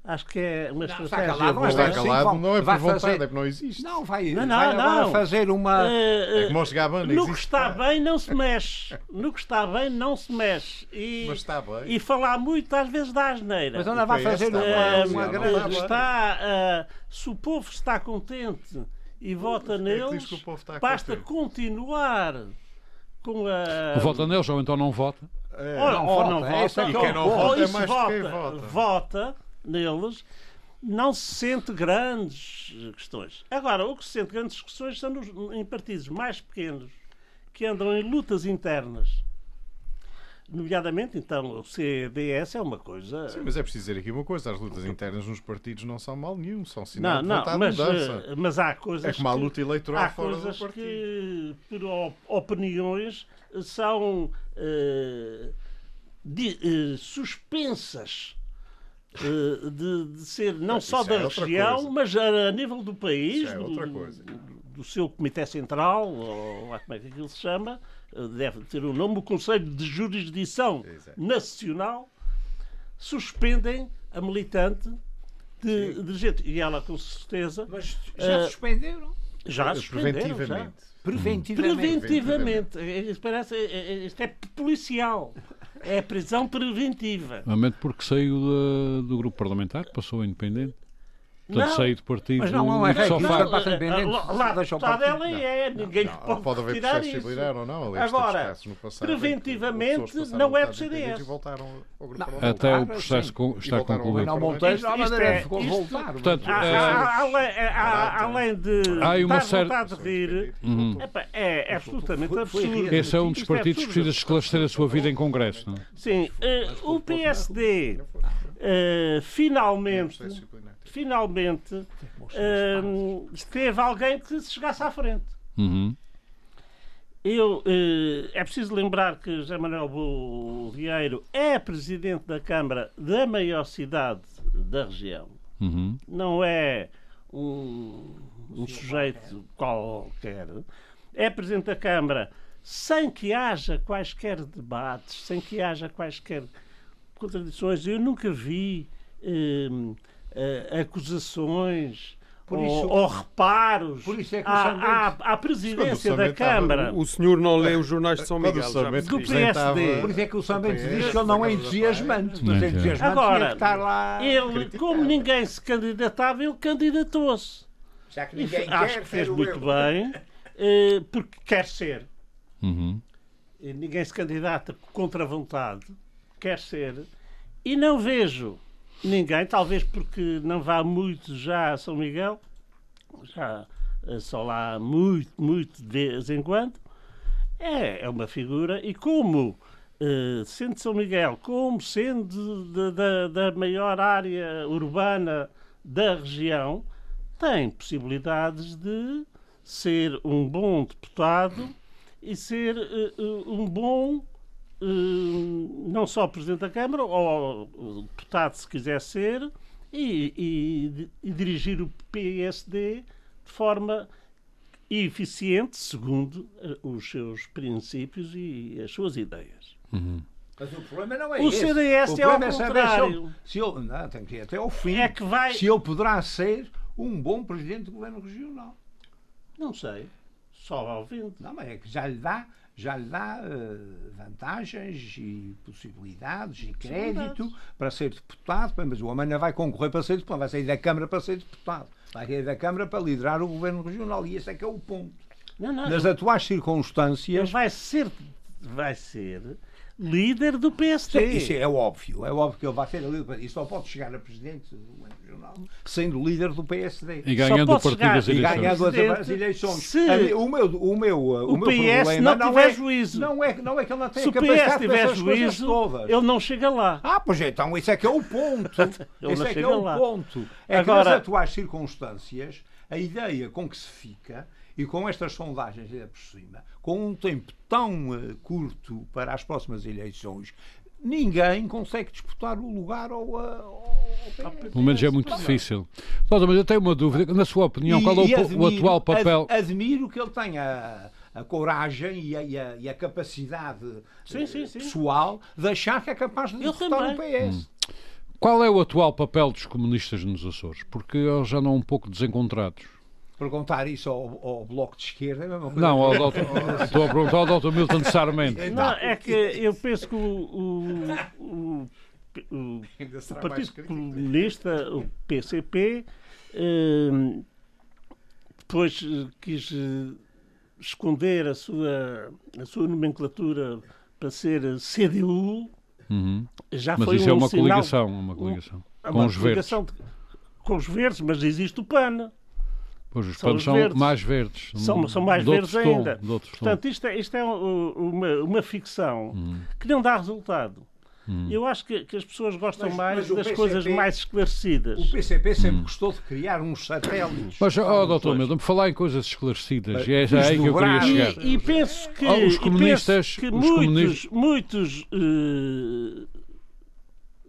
Speaker 3: Acho que é uma
Speaker 4: Não, está
Speaker 3: estratégia.
Speaker 4: calado,
Speaker 6: Não
Speaker 3: boa.
Speaker 4: Mas
Speaker 6: está
Speaker 4: assim
Speaker 6: calado,
Speaker 4: vão-
Speaker 6: não é por
Speaker 4: vai
Speaker 6: vontade,
Speaker 4: fazer-
Speaker 6: é porque não existe.
Speaker 4: Não, vai,
Speaker 3: Não, não,
Speaker 4: vai agora
Speaker 3: não.
Speaker 4: fazer uma...
Speaker 6: É
Speaker 3: Eh,
Speaker 6: como
Speaker 3: eh,
Speaker 6: não chega à
Speaker 3: no
Speaker 6: banda.
Speaker 3: que
Speaker 6: existe,
Speaker 3: está
Speaker 6: pá.
Speaker 3: bem não se mexe. No que está bem não se mexe. E,
Speaker 6: Mas está bem.
Speaker 3: e falar muito às vezes dá asneira.
Speaker 4: Mas ela vai
Speaker 6: PS
Speaker 4: fazer
Speaker 6: está
Speaker 4: uma,
Speaker 3: é
Speaker 6: bem,
Speaker 4: uma
Speaker 6: não
Speaker 4: grande...
Speaker 6: bem.
Speaker 3: um está, ah, se o povo está contente e vota
Speaker 6: quem é que
Speaker 3: neles,
Speaker 6: diz que o povo está
Speaker 3: basta
Speaker 6: contente?
Speaker 3: continuar com a.
Speaker 2: Vota neles ou então não vota?
Speaker 6: É.
Speaker 3: ou, ou não
Speaker 4: não
Speaker 3: vota,
Speaker 4: vota, é isso é que
Speaker 6: é o
Speaker 3: ou,
Speaker 6: bom.
Speaker 3: ou
Speaker 6: Vota é
Speaker 3: isso
Speaker 6: mais
Speaker 3: vota,
Speaker 6: de quem vota.
Speaker 3: vota neles, não se sente grandes questões. Agora, o que se sente grandes questões são nos, em partidos mais pequenos que andam em lutas internas. Nomeadamente, então, o CDS é uma coisa.
Speaker 6: Sim, mas é preciso dizer aqui uma coisa: as lutas internas nos partidos não são mal nenhum, são sinal
Speaker 3: Não,
Speaker 6: de
Speaker 3: não,
Speaker 6: vontade
Speaker 3: mas,
Speaker 6: de é? mudança.
Speaker 3: eh, mas há coisas.
Speaker 6: É como a
Speaker 3: que-
Speaker 6: luta eleitoral
Speaker 3: Há
Speaker 6: fora do
Speaker 3: coisas
Speaker 6: partido.
Speaker 3: que, por op- opiniões, são eh, di- eh, suspensas eh, de, de ser não
Speaker 6: Isso
Speaker 3: só
Speaker 6: é
Speaker 3: da
Speaker 6: outra
Speaker 3: região,
Speaker 6: coisa.
Speaker 3: mas a, a nível do país,
Speaker 6: Isso é
Speaker 3: do-
Speaker 6: outra
Speaker 3: do-
Speaker 6: coisa.
Speaker 3: do seu Comitê Central, ou lá como é que aquilo se chama, eh, deve ter o nome, o Conselho de Jurisdição
Speaker 6: Exato.
Speaker 3: Nacional, suspendem a militante de, de gente. E ela, com certeza,
Speaker 4: Mas já
Speaker 3: Eh,
Speaker 4: suspenderam?
Speaker 3: já suspenderam. já.
Speaker 6: eh, Preventivamente.
Speaker 4: Preventivamente.
Speaker 3: Preventivamente. Eh, Isto, parece, eh, eh, isto é policial. É prisão preventiva.
Speaker 2: Lamento porque saiu da- do grupo parlamentar, passou independente. Portanto,
Speaker 3: Não, eh,
Speaker 2: saiu do partido.
Speaker 4: Mas não, não é que
Speaker 2: só
Speaker 4: isso
Speaker 2: faz-
Speaker 4: é para dependentes,
Speaker 3: lá,
Speaker 4: se deixa o
Speaker 3: está
Speaker 4: partido.
Speaker 3: dela e é. Ninguém lhe
Speaker 6: Não,
Speaker 3: pode,
Speaker 6: pode haver
Speaker 3: tirar
Speaker 6: processo
Speaker 3: isso.
Speaker 6: disciplinar ou não. Aliás,
Speaker 3: Agora,
Speaker 6: teve casos no passado em que
Speaker 3: preventivamente,
Speaker 6: pessoas passaram
Speaker 3: não é
Speaker 6: vontade
Speaker 3: do
Speaker 6: de impedidos
Speaker 3: CDS.
Speaker 6: E voltaram ao
Speaker 4: Não.
Speaker 6: grupo parlamentar.
Speaker 2: Até o
Speaker 4: Voltaram,
Speaker 2: processo
Speaker 4: sim.
Speaker 2: con- está
Speaker 6: é E voltaram ao
Speaker 2: concluído.
Speaker 4: Não,
Speaker 6: Preventivamente.
Speaker 4: Monteiro, à
Speaker 3: Isto-
Speaker 4: maneira
Speaker 3: isto é-
Speaker 4: ficou
Speaker 3: isto-
Speaker 4: voltar. Ah,
Speaker 2: Portanto,
Speaker 3: Há- há- há- Além há- há- além de
Speaker 2: Eh, Há aí uma
Speaker 3: dar
Speaker 2: certa-
Speaker 3: vontade de rir,
Speaker 2: Uhum.
Speaker 3: epá, é absolutamente
Speaker 4: Foi- foi
Speaker 3: absurdo.
Speaker 4: rir.
Speaker 2: Esse é um dos
Speaker 3: Isto é
Speaker 2: partidos que
Speaker 3: absurdo.
Speaker 2: precisa esclarecer a sua vida em Congresso. Não? é?
Speaker 3: Sim, eh, o PSD eh, finalmente,
Speaker 6: Processo disciplinar.
Speaker 3: finalmente ehm, eh, teve alguém que se chegasse à frente.
Speaker 2: Uhum.
Speaker 3: Eu, eh, é preciso lembrar que José Manuel Bolieiro é presidente da Câmara da maior cidade da região.
Speaker 2: Uhum.
Speaker 3: Não é um, um sujeito qualquer. É presidente da Câmara sem que haja quaisquer debates, sem que haja quaisquer contradições. Eu nunca vi hum, eh, acusações
Speaker 4: Por
Speaker 3: ou,
Speaker 4: isso-
Speaker 3: ou reparos
Speaker 4: por isso é que o São Bento-
Speaker 3: à, à, à
Speaker 6: Quando o
Speaker 3: presidência
Speaker 6: São
Speaker 3: da
Speaker 6: Bento estava
Speaker 3: Câmara.
Speaker 5: O senhor não lê os jornais de São
Speaker 6: Quando o
Speaker 5: Miguel.
Speaker 6: São
Speaker 5: já
Speaker 6: Bento
Speaker 5: percebi.
Speaker 3: Do PSD.
Speaker 6: representava-
Speaker 4: Por isso é que o São Bento
Speaker 6: PS,
Speaker 4: diz que ele não é
Speaker 6: da
Speaker 4: entusiasmante.
Speaker 2: Não
Speaker 4: Mas
Speaker 2: entendo.
Speaker 4: entusiasmante
Speaker 3: Agora,
Speaker 4: tinha que estar lá.
Speaker 3: Ele, como ninguém se candidatava, ele candidatou-se.
Speaker 7: Já que
Speaker 3: E
Speaker 7: ninguém
Speaker 3: fe-
Speaker 7: quer
Speaker 3: acho que fez
Speaker 7: ser o
Speaker 3: muito
Speaker 7: eu.
Speaker 3: bem, eh, porque quer ser.
Speaker 2: Uhum.
Speaker 3: E Ninguém se candidata contra a vontade, quer ser. E não vejo ninguém, talvez porque não vá muito já a São Miguel, já eh, só lá muito, muito de vez em quando. É, é uma figura, e como eh, sendo São Miguel, como sendo da- da- da maior área urbana da região, tem possibilidades de ser um bom deputado e ser eh, eh, um bom, eh, não só Presidente da Câmara, ou eh, deputado se quiser ser, e, e- e dirigir o PSD de forma eficiente, segundo eh, os seus princípios e as suas ideias.
Speaker 4: Mas o problema não é
Speaker 3: O
Speaker 4: esse.
Speaker 3: CDS é
Speaker 4: problema
Speaker 3: ao
Speaker 4: saber se
Speaker 3: contrário.
Speaker 4: ele- Se ele, não, tem que ir até ao fim.
Speaker 3: É que vai-
Speaker 4: Se ele poderá ser um bom presidente do governo regional.
Speaker 3: Não sei, só ao vento.
Speaker 4: Não, mas é que já lhe dá, já lhe dá eh, vantagens e possibilidades e crédito para ser deputado. Bem, Mas o homem não vai concorrer para ser deputado, vai sair da Câmara para ser deputado. Vai sair da Câmara para liderar o governo regional. E esse é que é o ponto.
Speaker 3: Não, não,
Speaker 4: Nas atuais
Speaker 3: ele
Speaker 4: circunstâncias.
Speaker 3: vai ser, vai ser líder do PSD.
Speaker 4: Sim, isso é óbvio. É óbvio que ele vai ser líder. E só pode chegar a presidente do governo regional sendo líder do PSD.
Speaker 2: E ganhando o
Speaker 3: pode
Speaker 2: partido
Speaker 3: chegar-
Speaker 2: das
Speaker 3: e
Speaker 4: e
Speaker 2: eleições.
Speaker 4: ganhar duas
Speaker 3: Presidente,
Speaker 4: as eleições.
Speaker 3: se
Speaker 4: A mi- o meu, o meu, o
Speaker 3: o
Speaker 4: meu
Speaker 3: PS
Speaker 4: problema
Speaker 3: não tiver
Speaker 4: é,
Speaker 3: juízo.
Speaker 4: Não é, não é que ele não tenha
Speaker 3: Se o PS
Speaker 4: capacidade de fazer
Speaker 3: tiver
Speaker 4: as coisas
Speaker 3: juízo,
Speaker 4: todas.
Speaker 3: ele não chega lá.
Speaker 4: Ah, pois então, isso é que é o ponto.
Speaker 3: Ele
Speaker 4: Esse
Speaker 3: não
Speaker 4: é que é
Speaker 3: chega
Speaker 4: o
Speaker 3: lá.
Speaker 4: ponto. É que
Speaker 3: Agora-
Speaker 4: nas atuais circunstâncias, a ideia com que se fica, e com estas sondagens ainda por cima, com um tempo tão eh, curto para as próximas eleições, ninguém consegue disputar o lugar ao, eh, ao, ao PS.
Speaker 2: Pelo menos é muito difícil. Doutor, mas eu tenho uma dúvida. Na sua opinião, qual é o,
Speaker 4: E- e
Speaker 2: po- o
Speaker 4: admiro-
Speaker 2: atual
Speaker 4: ad-
Speaker 2: papel?
Speaker 4: admiro que ele tenha a, a coragem e a, e a- e a capacidade
Speaker 3: Sim,
Speaker 4: eh,
Speaker 3: sim, sim.
Speaker 4: pessoal de achar que é capaz de
Speaker 3: Eu
Speaker 4: derrotar o PS.
Speaker 2: Qual é o atual papel dos comunistas nos Açores? Porque eles já andam um pouco desencontrados.
Speaker 4: Perguntar isso ao, ao Bloco de Esquerda é a mesma coisa.
Speaker 2: Não, ao doutor- ao- estou a perguntar ao Dr. Milton de Sarmento.
Speaker 3: Não, é que eu penso que o, o- o- o-
Speaker 6: Ainda será
Speaker 3: o
Speaker 6: mais
Speaker 3: Partido
Speaker 6: crítico.
Speaker 3: Comunista, o PCP, hum, depois eh, quis eh, esconder a sua, a sua nomenclatura para ser eh, CDU.
Speaker 2: Uhum.
Speaker 3: Já
Speaker 2: Mas
Speaker 3: foi
Speaker 2: isso é
Speaker 3: um
Speaker 2: uma
Speaker 3: sinal-
Speaker 2: coligação, uma coligação.
Speaker 3: é uma
Speaker 2: Com os verdes.
Speaker 3: coligação de- com os verdes, mas existe o PAN.
Speaker 2: Pois os
Speaker 3: são
Speaker 2: panos
Speaker 3: os
Speaker 2: são
Speaker 3: verdes.
Speaker 2: mais verdes.
Speaker 3: São,
Speaker 2: Hum,
Speaker 3: são mais
Speaker 2: de outro
Speaker 3: verdes
Speaker 2: tom,
Speaker 3: ainda.
Speaker 2: de outro tom.
Speaker 3: Portanto, isto é, isto é um- uma, uma ficção
Speaker 2: Hum.
Speaker 3: que não dá resultado. Eu acho que, que as pessoas gostam
Speaker 4: Mas-
Speaker 3: mais
Speaker 4: mas o
Speaker 3: das
Speaker 4: PCP
Speaker 3: coisas mais esclarecidas.
Speaker 4: O PCP sempre gostou de criar uns satélites.
Speaker 2: Hum. Mas, ó, doutor
Speaker 3: Pois.
Speaker 2: Milton, por falar em coisas esclarecidas,
Speaker 4: Mas
Speaker 2: é já aí que eu queria
Speaker 4: desdobrar-
Speaker 2: chegar.
Speaker 3: E, e penso que,
Speaker 2: Ah, os
Speaker 3: e penso
Speaker 2: comunistas-
Speaker 3: que
Speaker 2: os
Speaker 3: muitos,
Speaker 2: comunistas-
Speaker 3: muitos, eh,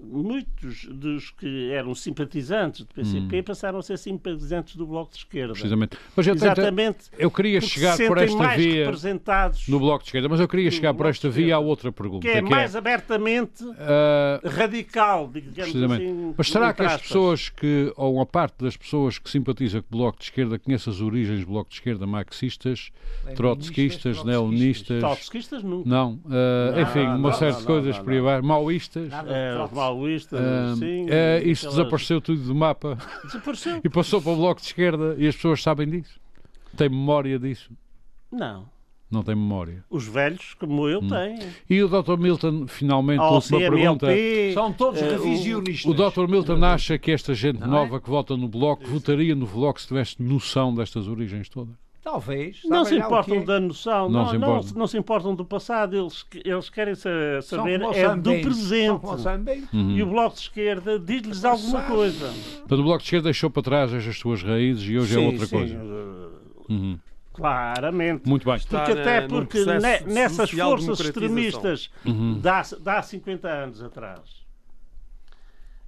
Speaker 3: muitos dos que eram simpatizantes do PCP passaram a ser simpatizantes do Bloco de Esquerda.
Speaker 2: Hum. Precisamente. Mas eu, tenho-
Speaker 3: Exatamente.
Speaker 2: eu queria
Speaker 3: porque
Speaker 2: chegar
Speaker 3: se sentem
Speaker 2: por esta
Speaker 3: mais
Speaker 2: via
Speaker 3: representados,
Speaker 2: no Bloco de Esquerda, mas eu queria chegar por
Speaker 3: Bloco
Speaker 2: esta
Speaker 3: de
Speaker 2: via
Speaker 3: Esquerda.
Speaker 2: a outra pergunta.
Speaker 3: que é mais abertamente
Speaker 2: ah,
Speaker 3: radical, digamos
Speaker 2: Precisamente.
Speaker 3: assim.
Speaker 2: Mas será
Speaker 3: entre
Speaker 2: que as
Speaker 3: aspas.
Speaker 2: pessoas que, ou uma parte das pessoas que simpatiza com o Bloco de Esquerda, conhece as origens do Bloco de Esquerda, marxistas, trotskistas,
Speaker 4: trotskistas.
Speaker 2: neonistas,
Speaker 3: Trotskistas nunca.
Speaker 2: não, ah,
Speaker 3: Não,
Speaker 2: enfim,
Speaker 3: não,
Speaker 2: uma
Speaker 3: não,
Speaker 2: série
Speaker 3: não,
Speaker 2: de coisas
Speaker 3: não,
Speaker 2: por aí
Speaker 3: não.
Speaker 2: abaixo, maoístas,
Speaker 3: É, os maoístas,
Speaker 2: ah,
Speaker 3: sim.
Speaker 2: é,
Speaker 3: e
Speaker 2: isso
Speaker 3: aquelas-
Speaker 2: desapareceu tudo do mapa
Speaker 3: Desapareceu?
Speaker 2: e passou para o Bloco de Esquerda e as pessoas sabem disso? Têm memória disso?
Speaker 3: Não.
Speaker 2: Não têm memória.
Speaker 3: Os velhos, como eu, têm.
Speaker 2: E o Dr. Milton, finalmente,
Speaker 3: A
Speaker 2: última Hum. Então, pergunta. um
Speaker 3: OCMLP.
Speaker 4: São todos
Speaker 3: eh, o-
Speaker 4: revisionistas.
Speaker 2: O Dr. Milton acha que esta gente nova que vota no Bloco votaria no Bloco se tivesse noção destas origens todas?
Speaker 4: Talvez.
Speaker 3: Não
Speaker 4: sabem
Speaker 3: se
Speaker 4: lá o
Speaker 3: importam
Speaker 4: quê?
Speaker 3: da noção,
Speaker 2: Não
Speaker 3: não,
Speaker 2: se
Speaker 3: não-
Speaker 2: importam.
Speaker 3: não se importam do passado, eles, que- eles querem sa-
Speaker 4: São
Speaker 3: saber
Speaker 4: como Uhum. o
Speaker 3: é
Speaker 4: Sam
Speaker 3: do
Speaker 4: Bento. São
Speaker 3: presente.
Speaker 4: como o Sam
Speaker 2: Hum.
Speaker 4: Bento.
Speaker 2: Uhum.
Speaker 3: E o Bloco de Esquerda diz-lhes alguma
Speaker 4: passado.
Speaker 3: coisa.
Speaker 2: Portanto, o Bloco de Esquerda deixou para trás estas suas raízes e hoje é
Speaker 3: Sim,
Speaker 2: outra
Speaker 3: sim,
Speaker 2: coisa.
Speaker 3: eh,
Speaker 2: Uhum.
Speaker 3: Claramente.
Speaker 2: Muito bem.
Speaker 5: Está
Speaker 3: Porque
Speaker 5: na-
Speaker 3: até
Speaker 5: Tá, né, num
Speaker 3: porque
Speaker 5: processo
Speaker 3: ne-
Speaker 5: de
Speaker 3: nessas forças
Speaker 5: social-democratização.
Speaker 3: extremistas
Speaker 2: Uhum.
Speaker 3: de, há, de há 50 anos atrás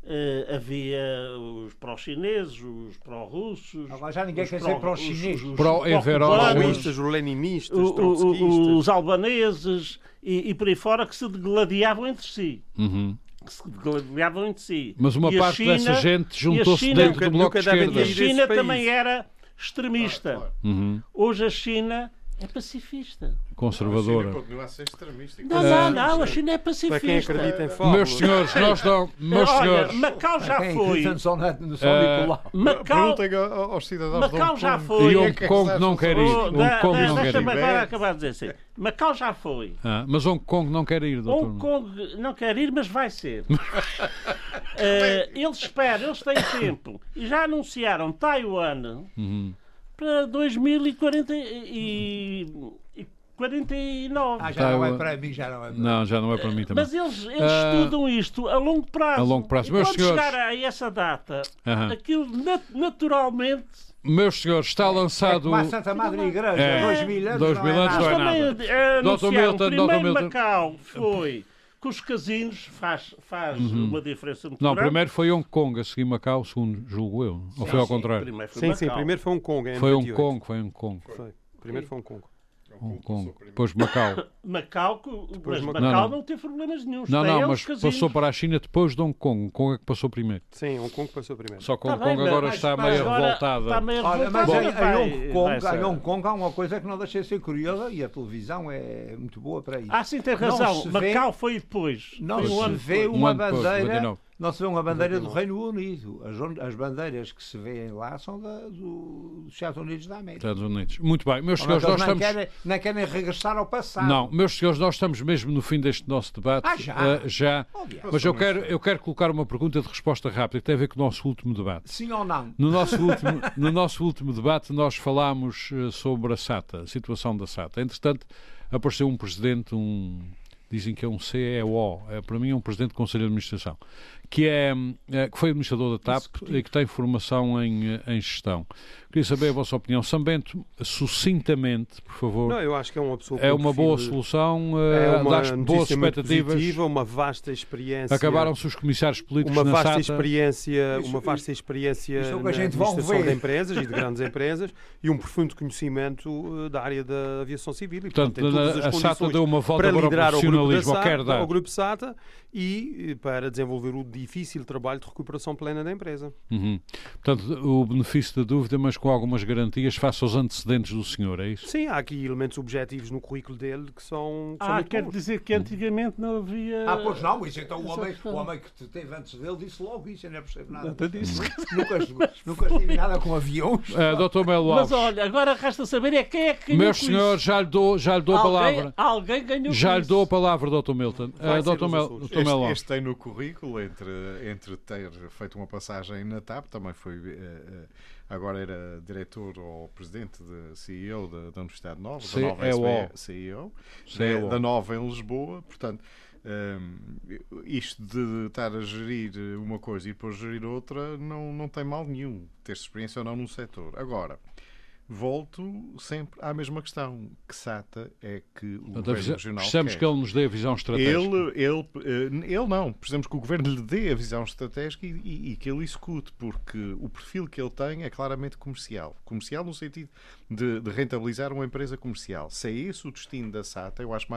Speaker 3: eh, havia os pró-chineses, os pró-russos.
Speaker 4: Agora já ninguém
Speaker 3: os
Speaker 4: quer dizer
Speaker 3: pró-
Speaker 4: pró-chinês.
Speaker 3: os- os
Speaker 2: Pró-Everó.
Speaker 5: Os
Speaker 3: pró-cubanos,
Speaker 5: comunistas, os leninistas,
Speaker 3: o-
Speaker 5: os
Speaker 3: o- o-
Speaker 5: trotskistas.
Speaker 3: os albaneses e, e por aí fora que se degladiavam entre si.
Speaker 2: Uhum.
Speaker 3: Que se degladiavam entre si.
Speaker 2: Mas uma
Speaker 3: E a
Speaker 2: parte
Speaker 3: China-
Speaker 2: dessa gente
Speaker 3: e a
Speaker 2: juntou-se
Speaker 3: China-
Speaker 2: dentro do
Speaker 5: Nunca-
Speaker 2: Bloco de
Speaker 5: nunca devem
Speaker 3: E a
Speaker 5: ter
Speaker 2: Esquerda.
Speaker 5: ido-
Speaker 3: China
Speaker 5: país.
Speaker 3: também era extremista.
Speaker 2: Uhum.
Speaker 3: Hoje a China é pacifista.
Speaker 2: Conservadora.
Speaker 6: continua a ser extremista.
Speaker 3: Não, não, não, a China é pacifista.
Speaker 5: Para quem acredita em
Speaker 2: Meus
Speaker 5: fórmulas.
Speaker 2: senhores, nós não. Meus
Speaker 3: Olha,
Speaker 2: senhores.
Speaker 3: Macau já foi.
Speaker 4: Quem é
Speaker 2: então,
Speaker 4: acredita só na- no São
Speaker 2: Eh,
Speaker 4: Nicolau.
Speaker 3: Macau,
Speaker 6: Perguntem a- aos cidadãos de
Speaker 3: Macau
Speaker 6: Hong
Speaker 3: já
Speaker 6: Kong.
Speaker 3: foi.
Speaker 2: E
Speaker 6: Quem é
Speaker 2: Hong
Speaker 6: que é que
Speaker 2: Kong
Speaker 6: sabe
Speaker 2: não
Speaker 6: sobre
Speaker 2: quer
Speaker 6: isso?
Speaker 2: ir.
Speaker 3: Oh,
Speaker 2: Hong
Speaker 3: da-
Speaker 2: Kong
Speaker 3: da-
Speaker 2: um não quer
Speaker 3: Deixa-me
Speaker 2: ir. É.
Speaker 3: agora acabar de dizer assim. Macau já foi.
Speaker 2: Ah, mas Hong Kong não quer ir, doutor.
Speaker 3: Hong Kong não quer ir, mas vai ser. Eh, eles esperam, eles têm tempo. E já anunciaram Taiwan
Speaker 2: Uhum.
Speaker 3: para 2049.
Speaker 4: Ah, já não é
Speaker 2: Taiwan.
Speaker 4: para mim, já não é para mim.
Speaker 2: tá Não, já não é para mim também.
Speaker 3: Mas eles, eles
Speaker 2: Ah,
Speaker 3: estudam isto a longo prazo.
Speaker 2: a longo prazo.
Speaker 3: E
Speaker 2: Meus
Speaker 3: quando
Speaker 2: senhores-
Speaker 3: chegar a essa data,
Speaker 2: Aham.
Speaker 3: aquilo nat- naturalmente.
Speaker 2: Meus senhores, está
Speaker 4: É
Speaker 2: lançado.
Speaker 4: como a Santa Madre Igreja,
Speaker 2: É.
Speaker 4: dois mil anos.
Speaker 2: Dois
Speaker 4: não
Speaker 2: mil
Speaker 4: é
Speaker 2: anos
Speaker 4: nada.
Speaker 2: não é
Speaker 3: Mas também
Speaker 2: nada.
Speaker 3: eh,
Speaker 2: Dr.
Speaker 3: anunciaram,
Speaker 2: Milton, Dr.
Speaker 3: primeiro
Speaker 2: Milton.
Speaker 3: Macau foi que os casinos faz, faz uma diferença muito
Speaker 2: Uhum. Não,
Speaker 3: grande.
Speaker 2: primeiro foi Hong Kong, a seguir Macau, segundo julgo eu. Ou foi ao contrário?
Speaker 3: Primeiro foi
Speaker 5: Sim, sim,
Speaker 3: Macau.
Speaker 5: primeiro foi um é Hong Kong. em
Speaker 2: Foi um Hong
Speaker 5: 98.
Speaker 2: Kong, foi Hong Kong.
Speaker 5: Foi. Primeiro foi um Hong Kong.
Speaker 2: Hong Kong. Depois Macau.
Speaker 3: Macau, que- mas
Speaker 2: Não,
Speaker 3: Macau
Speaker 5: Macau.
Speaker 3: não,
Speaker 2: não.
Speaker 3: teve problemas nenhum.
Speaker 2: Não,
Speaker 3: tem
Speaker 2: não,
Speaker 3: é
Speaker 2: mas
Speaker 3: os casinos.
Speaker 2: passou para a China depois de Hong Kong. Hong Kong é que passou primeiro.
Speaker 5: Sim, Hong Kong passou primeiro.
Speaker 2: Só que Hong
Speaker 3: Está Tá bem,
Speaker 2: Kong agora
Speaker 3: mas-
Speaker 2: está
Speaker 3: mas
Speaker 2: meio
Speaker 3: agora Está
Speaker 2: revoltada.
Speaker 3: meio
Speaker 4: Olha, mas é
Speaker 3: revoltada.
Speaker 4: em,
Speaker 3: vai-
Speaker 4: em Hong
Speaker 3: vai
Speaker 4: Kong, em
Speaker 3: ser-
Speaker 4: Hong Kong há uma coisa que não deixa de ser curiosa e a televisão é muito boa para isso.
Speaker 3: Ah, sim, tem
Speaker 4: Não
Speaker 3: razão.
Speaker 4: se vê-
Speaker 3: Macau foi depois.
Speaker 4: não
Speaker 3: foi um
Speaker 4: se
Speaker 3: ano
Speaker 4: vê
Speaker 3: depois.
Speaker 2: Um
Speaker 4: uma
Speaker 2: ano depois,
Speaker 4: bandeira,
Speaker 2: 99.
Speaker 4: não se vê uma bandeira do Reino Unido. As, on- as bandeiras que se vêem lá são da- do- dos Estados Unidos da América.
Speaker 2: Estados Unidos. Muito bem, meus
Speaker 4: Ora,
Speaker 2: senhores,
Speaker 4: então
Speaker 2: nós
Speaker 4: não,
Speaker 2: estamos.
Speaker 4: querem, não querem regressar ao passado.
Speaker 2: Não, meus senhores, nós estamos mesmo no fim deste nosso debate.
Speaker 4: Ah, já?
Speaker 2: Ah, já.
Speaker 4: Óbvio.
Speaker 2: Mas eu quero, eu quero colocar uma pergunta de resposta rápida, que tem a ver com o nosso último debate.
Speaker 4: Sim ou não?
Speaker 2: No nosso último, no nosso último debate, nós falámos eh, sobre a SATA, a situação da SATA. Entretanto, apareceu um presidente, um, dizem que é um CEO, é, para mim é um presidente do Conselho de Administração, que, é, hum, eh, que foi administrador da TAP e que tem formação em, eh, em gestão. Queria saber a vossa opinião. Sambento, sucintamente, por favor.
Speaker 5: Não, eu acho que é uma pessoa
Speaker 2: é
Speaker 5: com
Speaker 2: uma
Speaker 5: perfil-
Speaker 2: boa solução,
Speaker 5: É
Speaker 2: eh,
Speaker 5: uma
Speaker 2: dá-se boas
Speaker 5: notícia muito
Speaker 2: expectativas.
Speaker 5: positiva, uma vasta experiência.
Speaker 2: Acabaram-se os comissários políticos
Speaker 5: uma
Speaker 2: na
Speaker 5: vasta
Speaker 2: SATA.
Speaker 5: experiência,
Speaker 4: Isso-
Speaker 5: uma vasta experiência
Speaker 4: isso é o que
Speaker 5: na
Speaker 4: a gente vai
Speaker 5: administração
Speaker 4: ver.
Speaker 5: de empresas e de grandes empresas e um profundo conhecimento eh, da área da aviação civil. E, portanto,
Speaker 2: Portanto,
Speaker 5: tem todas
Speaker 2: a
Speaker 5: as
Speaker 2: SATA
Speaker 5: condições
Speaker 2: deu uma volta
Speaker 5: para
Speaker 2: para,
Speaker 5: liderar
Speaker 2: o
Speaker 5: o grupo, da
Speaker 2: profissionalismo, ao quer
Speaker 5: SATA,
Speaker 2: dar.
Speaker 5: ao grupo SATA e eh, para desenvolver o difícil trabalho de recuperação plena da empresa.
Speaker 2: Uhum. Portanto, o benefício da dúvida, mas com algumas garantias, face aos antecedentes do senhor, é isso?
Speaker 5: Sim, há aqui elementos objetivos no currículo dele que são, que são
Speaker 3: Ah,
Speaker 5: muito
Speaker 3: quer
Speaker 5: bons.
Speaker 3: dizer que antigamente não havia.
Speaker 4: Ah, pois não, isso então o homem,
Speaker 3: Exatamente.
Speaker 4: o homem que te teve antes dele disse logo isso, eu não percebo nada.
Speaker 3: Nada disso.
Speaker 4: Nunca, nunca tive nada com aviões.
Speaker 2: Ah, Dr. Melo Alves,
Speaker 3: Mas olha, agora resta saber é quem é que ganhou
Speaker 2: meus
Speaker 3: com
Speaker 2: senhores, já lhe dou, já lhe dou
Speaker 3: isso.
Speaker 2: a
Speaker 3: Alguém,
Speaker 2: palavra.
Speaker 3: alguém ganhou
Speaker 2: Já
Speaker 3: com
Speaker 2: lhe dou a
Speaker 3: isso.
Speaker 2: palavra, Dr. Milton.
Speaker 5: Vai
Speaker 2: Ah,
Speaker 5: ser
Speaker 2: Dr.
Speaker 5: os
Speaker 2: Mel,
Speaker 5: Açores.
Speaker 2: Dr. Melo
Speaker 6: Este,
Speaker 2: Alves.
Speaker 6: este tem no currículo, entre, entre ter feito uma passagem na TAP, também foi. eh, eh, agora era diretor ou presidente de CEO da, da Universidade Nova, da Nova
Speaker 2: CEO.
Speaker 6: SBE, CEO,
Speaker 2: CEO.
Speaker 6: da- da Nova em Lisboa, portanto. eh, isto de estar a gerir uma coisa e depois gerir outra não, não tem mal nenhum, ter experiência ou não num setor. Agora, volto sempre à mesma questão: que SATA é que o
Speaker 2: Portanto, avisa-
Speaker 6: governo regional
Speaker 2: Precisamos
Speaker 6: quer?
Speaker 2: que ele nos dê a visão estratégica.
Speaker 6: Ele, ele, eh, ele não. Precisamos que o governo lhe dê a visão estratégica e, e- e que ele execute, porque o perfil que ele tem é claramente comercial. Comercial no sentido de, de rentabilizar uma empresa comercial. Se é esse o destino da SATA, eu acho que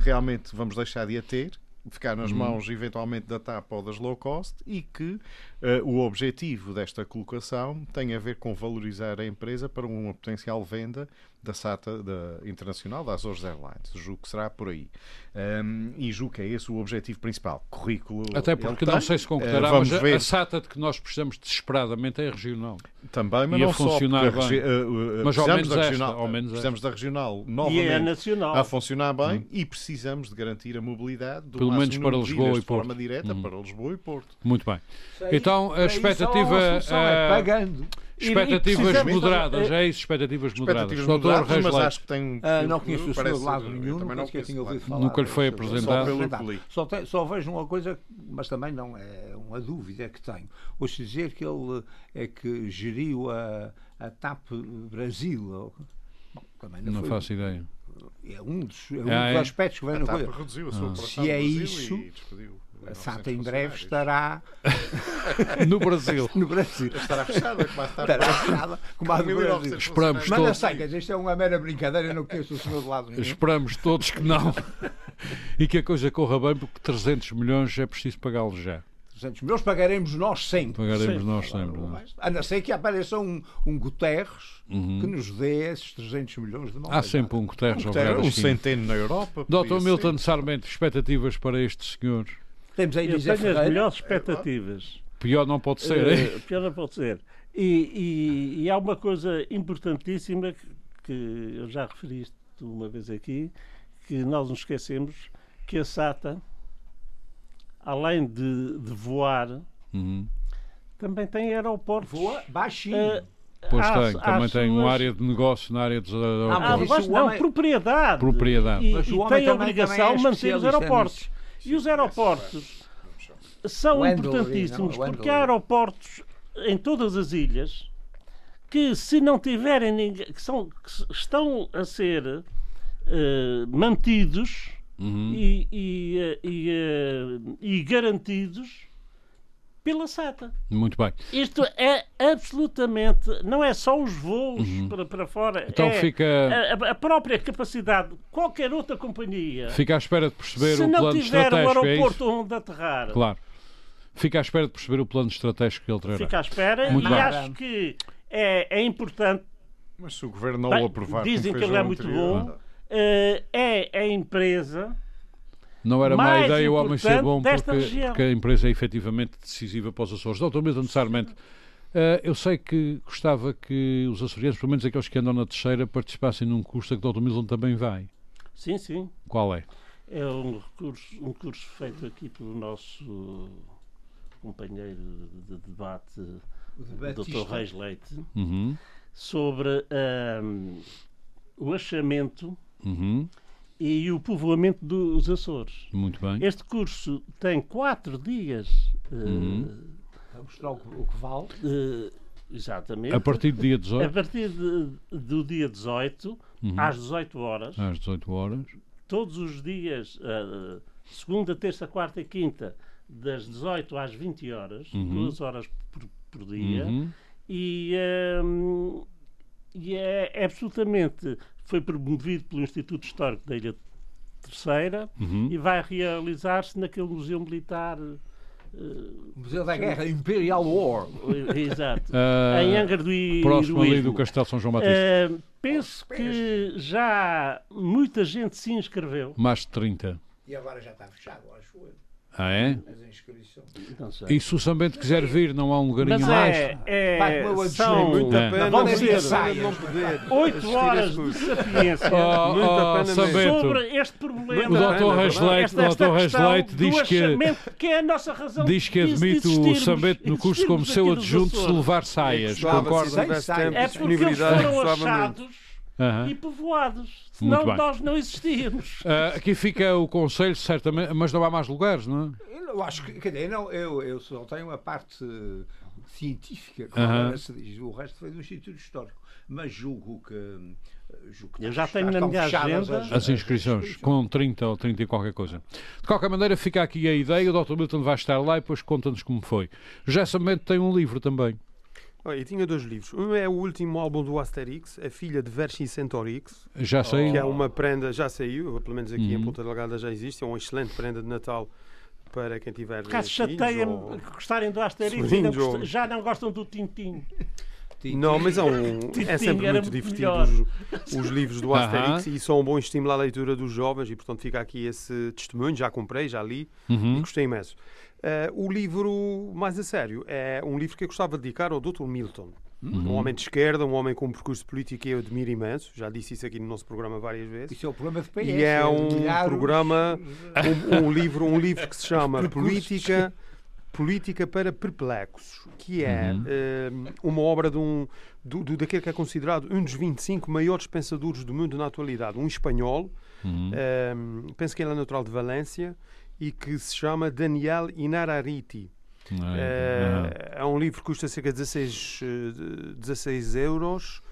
Speaker 6: realmente vamos deixar de a ter. Ficar
Speaker 2: Uhum.
Speaker 6: nas mãos, eventualmente, da TAP ou das low cost e que eh, o objetivo desta colocação tem a ver com valorizar a empresa para uma potencial venda da SATA da, internacional, da Azores Airlines. Julgo que será por aí. Ahm, e julgo que é esse o objetivo principal. Currículo.
Speaker 2: Até
Speaker 6: ele
Speaker 2: porque
Speaker 6: tem.
Speaker 2: não sei se concordará,
Speaker 6: Eh,
Speaker 2: mas
Speaker 6: vamos
Speaker 2: a-
Speaker 6: ver
Speaker 2: a SATA de que nós precisamos desesperadamente é a regional.
Speaker 6: também, mas
Speaker 2: ia
Speaker 6: não só,
Speaker 2: funcionar
Speaker 6: porque a
Speaker 2: bem.
Speaker 6: regi- eh, eh,
Speaker 2: Mas ao
Speaker 6: precisamos
Speaker 2: menos
Speaker 6: da
Speaker 2: esta,
Speaker 6: regional,
Speaker 2: ao menos
Speaker 6: precisamos da regional novamente
Speaker 3: E é nacional.
Speaker 6: a funcionar bem e precisamos de garantir a mobilidade do
Speaker 2: Pelo menos
Speaker 6: máximo
Speaker 2: para
Speaker 6: número de
Speaker 2: Lisboa
Speaker 6: ilhas
Speaker 2: e
Speaker 6: de forma
Speaker 2: Porto. Hum.
Speaker 6: direta para Lisboa e Porto.
Speaker 2: Muito bem.
Speaker 4: Para
Speaker 2: Então,
Speaker 4: isso-
Speaker 2: a
Speaker 4: para isso há uma
Speaker 2: expectativa,
Speaker 4: solução,
Speaker 2: eh,
Speaker 4: é pagando.
Speaker 3: E- e
Speaker 2: Expectativas
Speaker 3: precisamos-
Speaker 2: moderadas, é isso, expectativas moderadas.
Speaker 6: eh, Expectativas
Speaker 2: Doutor
Speaker 6: moderadas,
Speaker 2: Reis
Speaker 6: mas
Speaker 2: Leite.
Speaker 6: acho que tem um.
Speaker 4: Ah, não
Speaker 6: perfil que
Speaker 4: conheço o seu
Speaker 6: parece-
Speaker 4: de lado
Speaker 6: eu
Speaker 4: nenhum,
Speaker 6: também
Speaker 4: nunca
Speaker 6: não
Speaker 4: sequer tinha
Speaker 6: conheço
Speaker 4: ouvido
Speaker 6: de
Speaker 4: falar.
Speaker 2: Nunca lhe foi
Speaker 4: sobre-
Speaker 2: apresentado.
Speaker 4: sobre-
Speaker 6: Só pelo clique.
Speaker 4: Só, te- só vejo uma coisa, mas também não é uma dúvida que tenho. Ouço dizer que ele é que geriu a, a TAP Brasil. ou- Bom, também não,
Speaker 2: Não
Speaker 4: foi.
Speaker 2: faço ideia.
Speaker 4: É um dos, é um
Speaker 2: Ah,
Speaker 4: dos
Speaker 2: é?
Speaker 4: aspectos que vem
Speaker 6: A
Speaker 4: no
Speaker 6: TAP reduziu a sua
Speaker 2: Ah.
Speaker 6: operação
Speaker 4: Se
Speaker 6: no
Speaker 4: é
Speaker 6: Brasil
Speaker 4: isso,
Speaker 6: e despediu
Speaker 4: A
Speaker 6: 900
Speaker 4: SATA em breve
Speaker 6: funcionários.
Speaker 4: estará
Speaker 2: No Brasil.
Speaker 4: no Brasil.
Speaker 6: Estará fechada, que vai estar
Speaker 4: Estará fechada como a do Brasil.
Speaker 2: Esperamos
Speaker 4: Mas não
Speaker 2: todos.
Speaker 4: sei, quer dizer, isto é uma mera brincadeira, eu não conheço o senhor de lado nenhum.
Speaker 2: Esperamos todos que não. E que a coisa corra bem, porque 300 milhões é preciso pagá-los já.
Speaker 4: 200 milhões pagaremos nós sempre.
Speaker 2: Pagaremos nós sempre. não é?
Speaker 4: A não ser que apareça um, um Guterres que nos dê esses 300 milhões de mãos.
Speaker 2: Uhum. Há sempre um Guterres ao
Speaker 6: Terá
Speaker 2: lugar
Speaker 6: um
Speaker 2: da China.
Speaker 6: centeno na Europa. podia
Speaker 2: Dr.
Speaker 6: ser.
Speaker 2: Milton Sarmento, expectativas para este senhor?
Speaker 4: Temos aí
Speaker 3: Eu tenho
Speaker 4: Elisa
Speaker 3: as
Speaker 4: Ferreira.
Speaker 3: melhores expectativas.
Speaker 2: Pior não pode ser, hein?
Speaker 3: Eh, pior não pode ser. E, e- e há uma coisa importantíssima que, que eu já referi isto uma vez aqui, que nós nos esquecemos, que a SATA, além de, de voar,
Speaker 2: Uhum.
Speaker 3: também tem aeroportos.
Speaker 4: Voa baixinho.
Speaker 3: Eh,
Speaker 2: Pois
Speaker 3: às-
Speaker 2: tem, também
Speaker 3: às
Speaker 2: tem uma
Speaker 3: suas-
Speaker 2: área de negócio na área dos
Speaker 3: Ah,
Speaker 4: mas
Speaker 2: aeroportos.
Speaker 4: isso
Speaker 3: negócio
Speaker 4: o
Speaker 3: não,
Speaker 4: homem-
Speaker 3: propriedade.
Speaker 2: Propriedade.
Speaker 3: E,
Speaker 4: Mas o
Speaker 3: e
Speaker 4: homem
Speaker 3: tem a
Speaker 4: também- também
Speaker 3: obrigação
Speaker 4: é
Speaker 3: de manter os
Speaker 4: especialista
Speaker 3: aeroportos. E os aeroportos são
Speaker 4: O Andover,
Speaker 3: importantíssimos,
Speaker 4: não, o
Speaker 3: porque
Speaker 4: Andover.
Speaker 3: há aeroportos em todas as ilhas que, se não tiverem ninguém, que, são, que se- estão a ser eh, mantidos e, e, eh, e, eh, e garantidos pela SATA.
Speaker 2: Muito bem.
Speaker 3: Isto é absolutamente. Não é só os voos para, para fora.
Speaker 2: Uhum. Então
Speaker 3: é
Speaker 2: fica,
Speaker 3: a, a- a própria capacidade, qualquer outra companhia,
Speaker 2: fica à espera de perceber
Speaker 3: se
Speaker 2: o
Speaker 3: não
Speaker 2: plano
Speaker 3: tiver um
Speaker 2: estratégico. É isso?
Speaker 3: aeroporto onde aterrar,
Speaker 2: Claro. Fica à espera de perceber o plano estratégico que ele trará.
Speaker 3: fica à espera.
Speaker 2: Muito
Speaker 3: e
Speaker 2: bem.
Speaker 3: acho que é, é importante.
Speaker 6: Mas se o governo não
Speaker 3: Bem,
Speaker 6: o aprovar,
Speaker 3: dizem
Speaker 6: como
Speaker 3: que
Speaker 6: fez
Speaker 3: ele é
Speaker 6: no
Speaker 3: muito
Speaker 6: anterior,
Speaker 3: bom. eh, é a empresa.
Speaker 2: Não era má
Speaker 3: mais
Speaker 2: ideia o homem ser
Speaker 3: importante
Speaker 2: bom
Speaker 3: desta
Speaker 2: porque,
Speaker 3: região.
Speaker 2: porque a empresa é efetivamente decisiva para os Açores. Doutor Milton Sarmento, eh, eu sei que gostava que os açorianos, pelo menos aqueles que andam na terceira, participassem num curso a que o Dr. Milton também vai.
Speaker 3: Sim, sim.
Speaker 2: Qual é?
Speaker 3: É um, recurso, um curso feito aqui pelo nosso companheiro de debate,
Speaker 4: Batista.
Speaker 3: Dr. Reis Leite,
Speaker 2: Uhum,
Speaker 3: sobre ahm, o achamento
Speaker 2: uhum,
Speaker 3: e o povoamento dos Açores.
Speaker 2: muito bem.
Speaker 3: Este curso tem quatro didias. eh,
Speaker 2: Uhum.
Speaker 4: Vamos mostrar o que, o que vale.
Speaker 3: eh, exatamente.
Speaker 2: A partir do dia
Speaker 3: A
Speaker 2: 18,
Speaker 3: partir de- do dia 18,
Speaker 2: Uhum.
Speaker 3: às 18 horas,
Speaker 2: às 18 horas,
Speaker 3: todos os dias, eh, segunda, terça, quarta e quinta, das 18 às 20 horas, duas horas por, por dia,
Speaker 2: Uhum.
Speaker 3: e, ehm, e é, é absolutamente. Foi promovido pelo Instituto Histórico da Ilha Terceira
Speaker 2: Uhum.
Speaker 3: e vai realizar-se naquele Museu Militar.
Speaker 4: O Museu da Guerra, Imperial War.
Speaker 3: eh, Exato.
Speaker 2: Ah,
Speaker 3: em Angra do I-
Speaker 2: próximo ali
Speaker 3: Heroísmo.
Speaker 2: do Castelo São João Batista,
Speaker 3: Eh, penso que já muita gente se inscreveu.
Speaker 2: mais de 30.
Speaker 4: E agora já está fechado, acho eu.
Speaker 2: Ah, é?
Speaker 4: As inscrições.
Speaker 3: Não sei.
Speaker 2: E se o Sambento quiser vir, não há um lugarinho
Speaker 3: é. Mas
Speaker 2: mais?
Speaker 3: é, é-
Speaker 4: Vai, meu Deus,
Speaker 3: são
Speaker 5: Muita
Speaker 2: É.
Speaker 5: pena
Speaker 3: Vamos
Speaker 5: não
Speaker 3: ver.
Speaker 5: poder, não poder.
Speaker 3: oito
Speaker 5: assistir
Speaker 3: horas
Speaker 5: esse
Speaker 3: de
Speaker 5: curso.
Speaker 3: sapiência
Speaker 2: Oh,
Speaker 5: Muita
Speaker 2: oh,
Speaker 5: pena mesmo.
Speaker 2: Sambento.
Speaker 3: sobre este problema.
Speaker 2: O Dr.
Speaker 5: Esta-
Speaker 2: Reis Leite,
Speaker 3: esta,
Speaker 2: o
Speaker 3: esta
Speaker 2: Dr. Reis
Speaker 3: questão
Speaker 2: Leite
Speaker 3: do
Speaker 2: diz que,
Speaker 3: achamento, que é a nossa razão
Speaker 2: diz que
Speaker 3: de- de
Speaker 2: admite o
Speaker 3: existirmos-
Speaker 2: Sambento no curso como
Speaker 3: existirmos
Speaker 2: seu
Speaker 3: aqui nos
Speaker 2: adjunto se
Speaker 3: Açores.
Speaker 2: levar saias.
Speaker 4: Gostava,
Speaker 2: Concorda?
Speaker 4: sim, sim.
Speaker 3: É porque eles
Speaker 5: disponibilidade, é
Speaker 3: foram
Speaker 5: gostava muito.
Speaker 3: achados
Speaker 2: Aham.
Speaker 3: e povoados.
Speaker 2: Ah. Muito
Speaker 3: Senão
Speaker 2: bem.
Speaker 3: nós não existíamos.
Speaker 2: Ah, aqui fica o conselho, certamente, mas não há mais lugares, não é?
Speaker 4: Eu acho que, quer dizer, não, eu, eu só tenho a parte eh, científica, como
Speaker 2: Aham.
Speaker 4: agora se diz, o resto foi do Instituto Histórico. Mas julgo que. eh, Julgo que
Speaker 3: Eu já
Speaker 4: está-
Speaker 3: tenho na
Speaker 4: estão
Speaker 3: minha
Speaker 4: fechadas
Speaker 3: agenda-
Speaker 2: As inscrições, com 30 ou 30 e qualquer coisa. De qualquer maneira, fica aqui a ideia, o Dr. Milton vai estar lá e depois conta-nos como foi. Já Sambento tem um livro também.
Speaker 5: Olha, e tinha dois livros. Um é o último álbum do Asterix, A Filha de Vercingetorix,
Speaker 2: Já sei.
Speaker 5: que é uma prenda, já saiu, pelo menos
Speaker 3: Uhum.
Speaker 5: aqui em Ponta Delgada já existe, é uma excelente prenda de Natal para quem tiver
Speaker 3: Por acaso
Speaker 5: filhos
Speaker 3: Um chateia-me
Speaker 5: ou-
Speaker 3: que gostarem do Asterix e não
Speaker 5: Sobrinhos
Speaker 3: gost-
Speaker 5: ou-
Speaker 3: já não gostam do Tintim.
Speaker 5: Não, mas é, um, é sempre
Speaker 3: era muito
Speaker 5: muito divertido
Speaker 3: melhor.
Speaker 5: os, os livros do Asterix
Speaker 2: Aham.
Speaker 5: e são um bom estímulo à leitura dos jovens e, portanto, fica aqui esse testemunho. Já comprei, já li e gostei imenso. Eh, o livro mais a sério é um livro que eu gostava de dedicar ao Dr. Milton. Um homem de esquerda, um homem com um percurso político que eu admiro imenso. Já disse isso aqui no nosso programa várias vezes.
Speaker 4: Isso é o programa de PS.
Speaker 5: E é um
Speaker 4: de milhares-
Speaker 5: programa, um, um livro, um livro que se chama
Speaker 4: Percursos.
Speaker 5: Política, Política para Perplexos, que é eh, uma obra de um, do, do- daquele que é considerado um dos 25 maiores pensadores do mundo na atualidade, um espanhol, eh, penso que ele é natural de Valência, e que se chama Daniel Inarariti.
Speaker 2: Ah,
Speaker 5: É, Eh, é um livro que custa cerca de 16, eh, de 16 euros.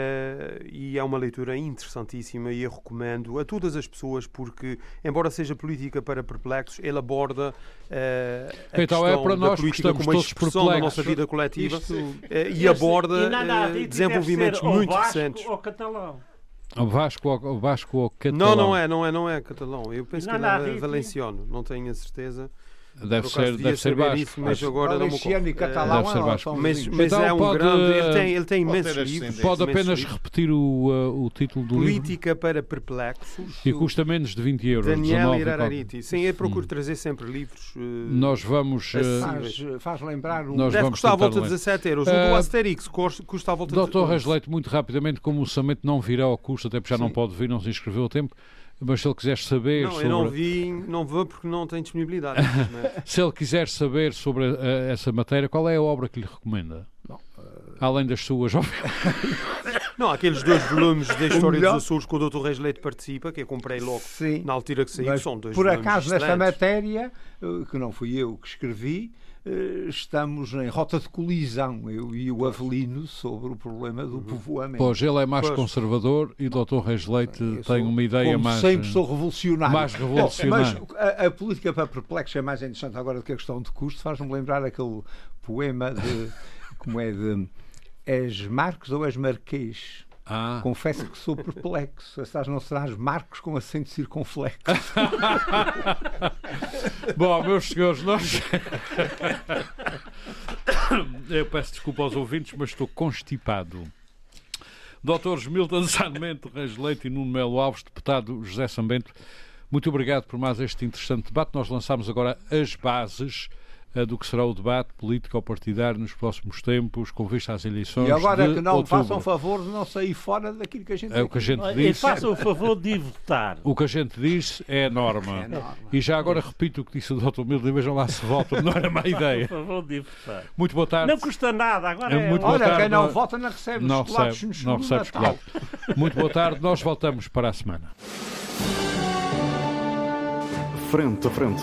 Speaker 5: eh, e é uma leitura interessantíssima e eu recomendo a todas as pessoas porque, embora seja política para perplexos, ele aborda eh, a
Speaker 2: Então é
Speaker 5: questão
Speaker 2: para
Speaker 5: da
Speaker 2: nós que
Speaker 5: política
Speaker 2: estamos
Speaker 5: como uma
Speaker 2: todos
Speaker 5: expressão da
Speaker 2: perplexos.
Speaker 5: nossa vida coletiva eh, e
Speaker 3: Este-
Speaker 5: aborda
Speaker 3: e nada a
Speaker 5: eh,
Speaker 3: dito, e deve
Speaker 5: desenvolvimentos
Speaker 3: ser ou
Speaker 5: muito
Speaker 3: Vasco
Speaker 5: recentes.
Speaker 3: Ou catalão.
Speaker 2: O Vasco, ao- ao Vasco ou Catalão.
Speaker 5: Não, não é, não é, não é catalão. Eu penso
Speaker 3: Nada a
Speaker 5: que
Speaker 3: dito,
Speaker 5: ele é
Speaker 3: e-
Speaker 5: valenciano, não tenho a certeza. Por
Speaker 2: Deve
Speaker 5: acaso
Speaker 2: ser,
Speaker 5: devia
Speaker 2: deve ser
Speaker 5: saber
Speaker 2: Vasco.
Speaker 5: isso, mas agora não me
Speaker 4: Valenciano e
Speaker 5: ocorre. Eh,
Speaker 4: catalão
Speaker 2: deve ser
Speaker 4: ah,
Speaker 2: Vasco.
Speaker 4: são
Speaker 5: Mas,
Speaker 4: vizinhos.
Speaker 5: mas
Speaker 2: Então
Speaker 5: é um
Speaker 2: pode-
Speaker 5: grande. Ele tem, ele tem
Speaker 6: pode
Speaker 5: imensos
Speaker 6: ter
Speaker 5: livros.
Speaker 6: ascendência.
Speaker 2: Pode
Speaker 5: imensos
Speaker 2: apenas
Speaker 5: livros.
Speaker 2: repetir o, uh, o título do livro?
Speaker 5: Política para perplexos.
Speaker 2: E custa menos de 20 euros.
Speaker 5: Daniel
Speaker 2: 19 e qualquer.
Speaker 5: Irarariti. Sim, eu procuro trazer sempre livros. eh,
Speaker 2: Nós vamos...
Speaker 5: Assim,
Speaker 2: Uh,
Speaker 4: Faz, faz lembrar um.
Speaker 2: Nós-
Speaker 5: Deve
Speaker 2: vamos
Speaker 5: custar à
Speaker 2: tentar
Speaker 5: volta de assim,
Speaker 2: ler.
Speaker 5: 17 euros. O
Speaker 2: Eh,
Speaker 5: do Asterix cos- custa à volta de.
Speaker 2: Dr. Rasleito, muito rapidamente, como o Samento não virá ao custo, até porque já não pode vir, não se inscreveu a tempo, mas se ele quiser saber
Speaker 5: Não,
Speaker 2: sobre...
Speaker 5: eu não vi, não vou porque não tenho disponibilidade. infelizmente.
Speaker 2: Se ele quiser saber sobre eh, essa matéria, qual é a obra que lhe recomenda?
Speaker 4: eh,
Speaker 2: Além das suas, obviamente.
Speaker 5: não, aqueles dois volumes da História
Speaker 4: melhor-
Speaker 5: dos Açores que o Dr. Rasleito participa, que eu comprei logo
Speaker 4: Sim.
Speaker 5: na altura que saiu,
Speaker 4: Mas,
Speaker 5: são dois
Speaker 4: por
Speaker 5: volumes
Speaker 4: acaso, nesta
Speaker 5: excelentes.
Speaker 4: matéria, eh, que não fui eu que escrevi, eh, estamos em rota de colisão, eu e o Avelino, sobre o problema
Speaker 5: Uhum.
Speaker 4: do povoamento.
Speaker 2: Pois, ele é mais
Speaker 5: Pois.
Speaker 2: conservador e o Dr. Rasleite
Speaker 4: Eu sou,
Speaker 2: tem uma ideia
Speaker 4: como
Speaker 2: mais... eh,
Speaker 4: sempre sou revolucionário.
Speaker 2: mais revolucionário.
Speaker 4: Bom, mas a, a política para perplexos é mais interessante agora do que a questão de custo. Faz-me lembrar aquele poema de. como é de. És Marcos ou és Marquês?
Speaker 2: Ah,
Speaker 4: Confesso que sou perplexo. Estás não serás Marcos com acento circunflexo.
Speaker 2: Bom, meus senhores, nós. Eu peço desculpa aos ouvintes, mas estou constipado. Doutores Milton Sarmento, Reis Leite e Nuno Melo Alves, deputado José Sambento, muito obrigado por mais este interessante debate. Nós lançámos agora as bases eh, do que será o debate político ou partidário nos próximos tempos, com vista às eleições.
Speaker 4: E agora é
Speaker 2: de
Speaker 4: que não
Speaker 2: outubro.
Speaker 4: façam favor de não sair fora daquilo que a gente
Speaker 2: É o que a gente
Speaker 3: E
Speaker 2: disse.
Speaker 3: façam o favor de ir votar.
Speaker 2: O que a gente diz é a norma. E já agora repito o que disse o Dr. Milton, vejam lá se volta, não era má
Speaker 3: Por
Speaker 2: ideia.
Speaker 3: favor de ir votar.
Speaker 2: Muito boa tarde.
Speaker 3: Não custa nada, agora
Speaker 2: É
Speaker 3: é,
Speaker 2: muito
Speaker 3: ótimo.
Speaker 2: boa
Speaker 4: Olha,
Speaker 2: tarde,
Speaker 4: quem não
Speaker 2: nós-
Speaker 4: vota não recebe
Speaker 2: não
Speaker 4: chocolates
Speaker 2: recebe,
Speaker 4: no
Speaker 2: não recebe
Speaker 4: Natal.
Speaker 2: chocolate. Muito boa tarde. Nós voltamos para a semana.
Speaker 1: Frente a frente.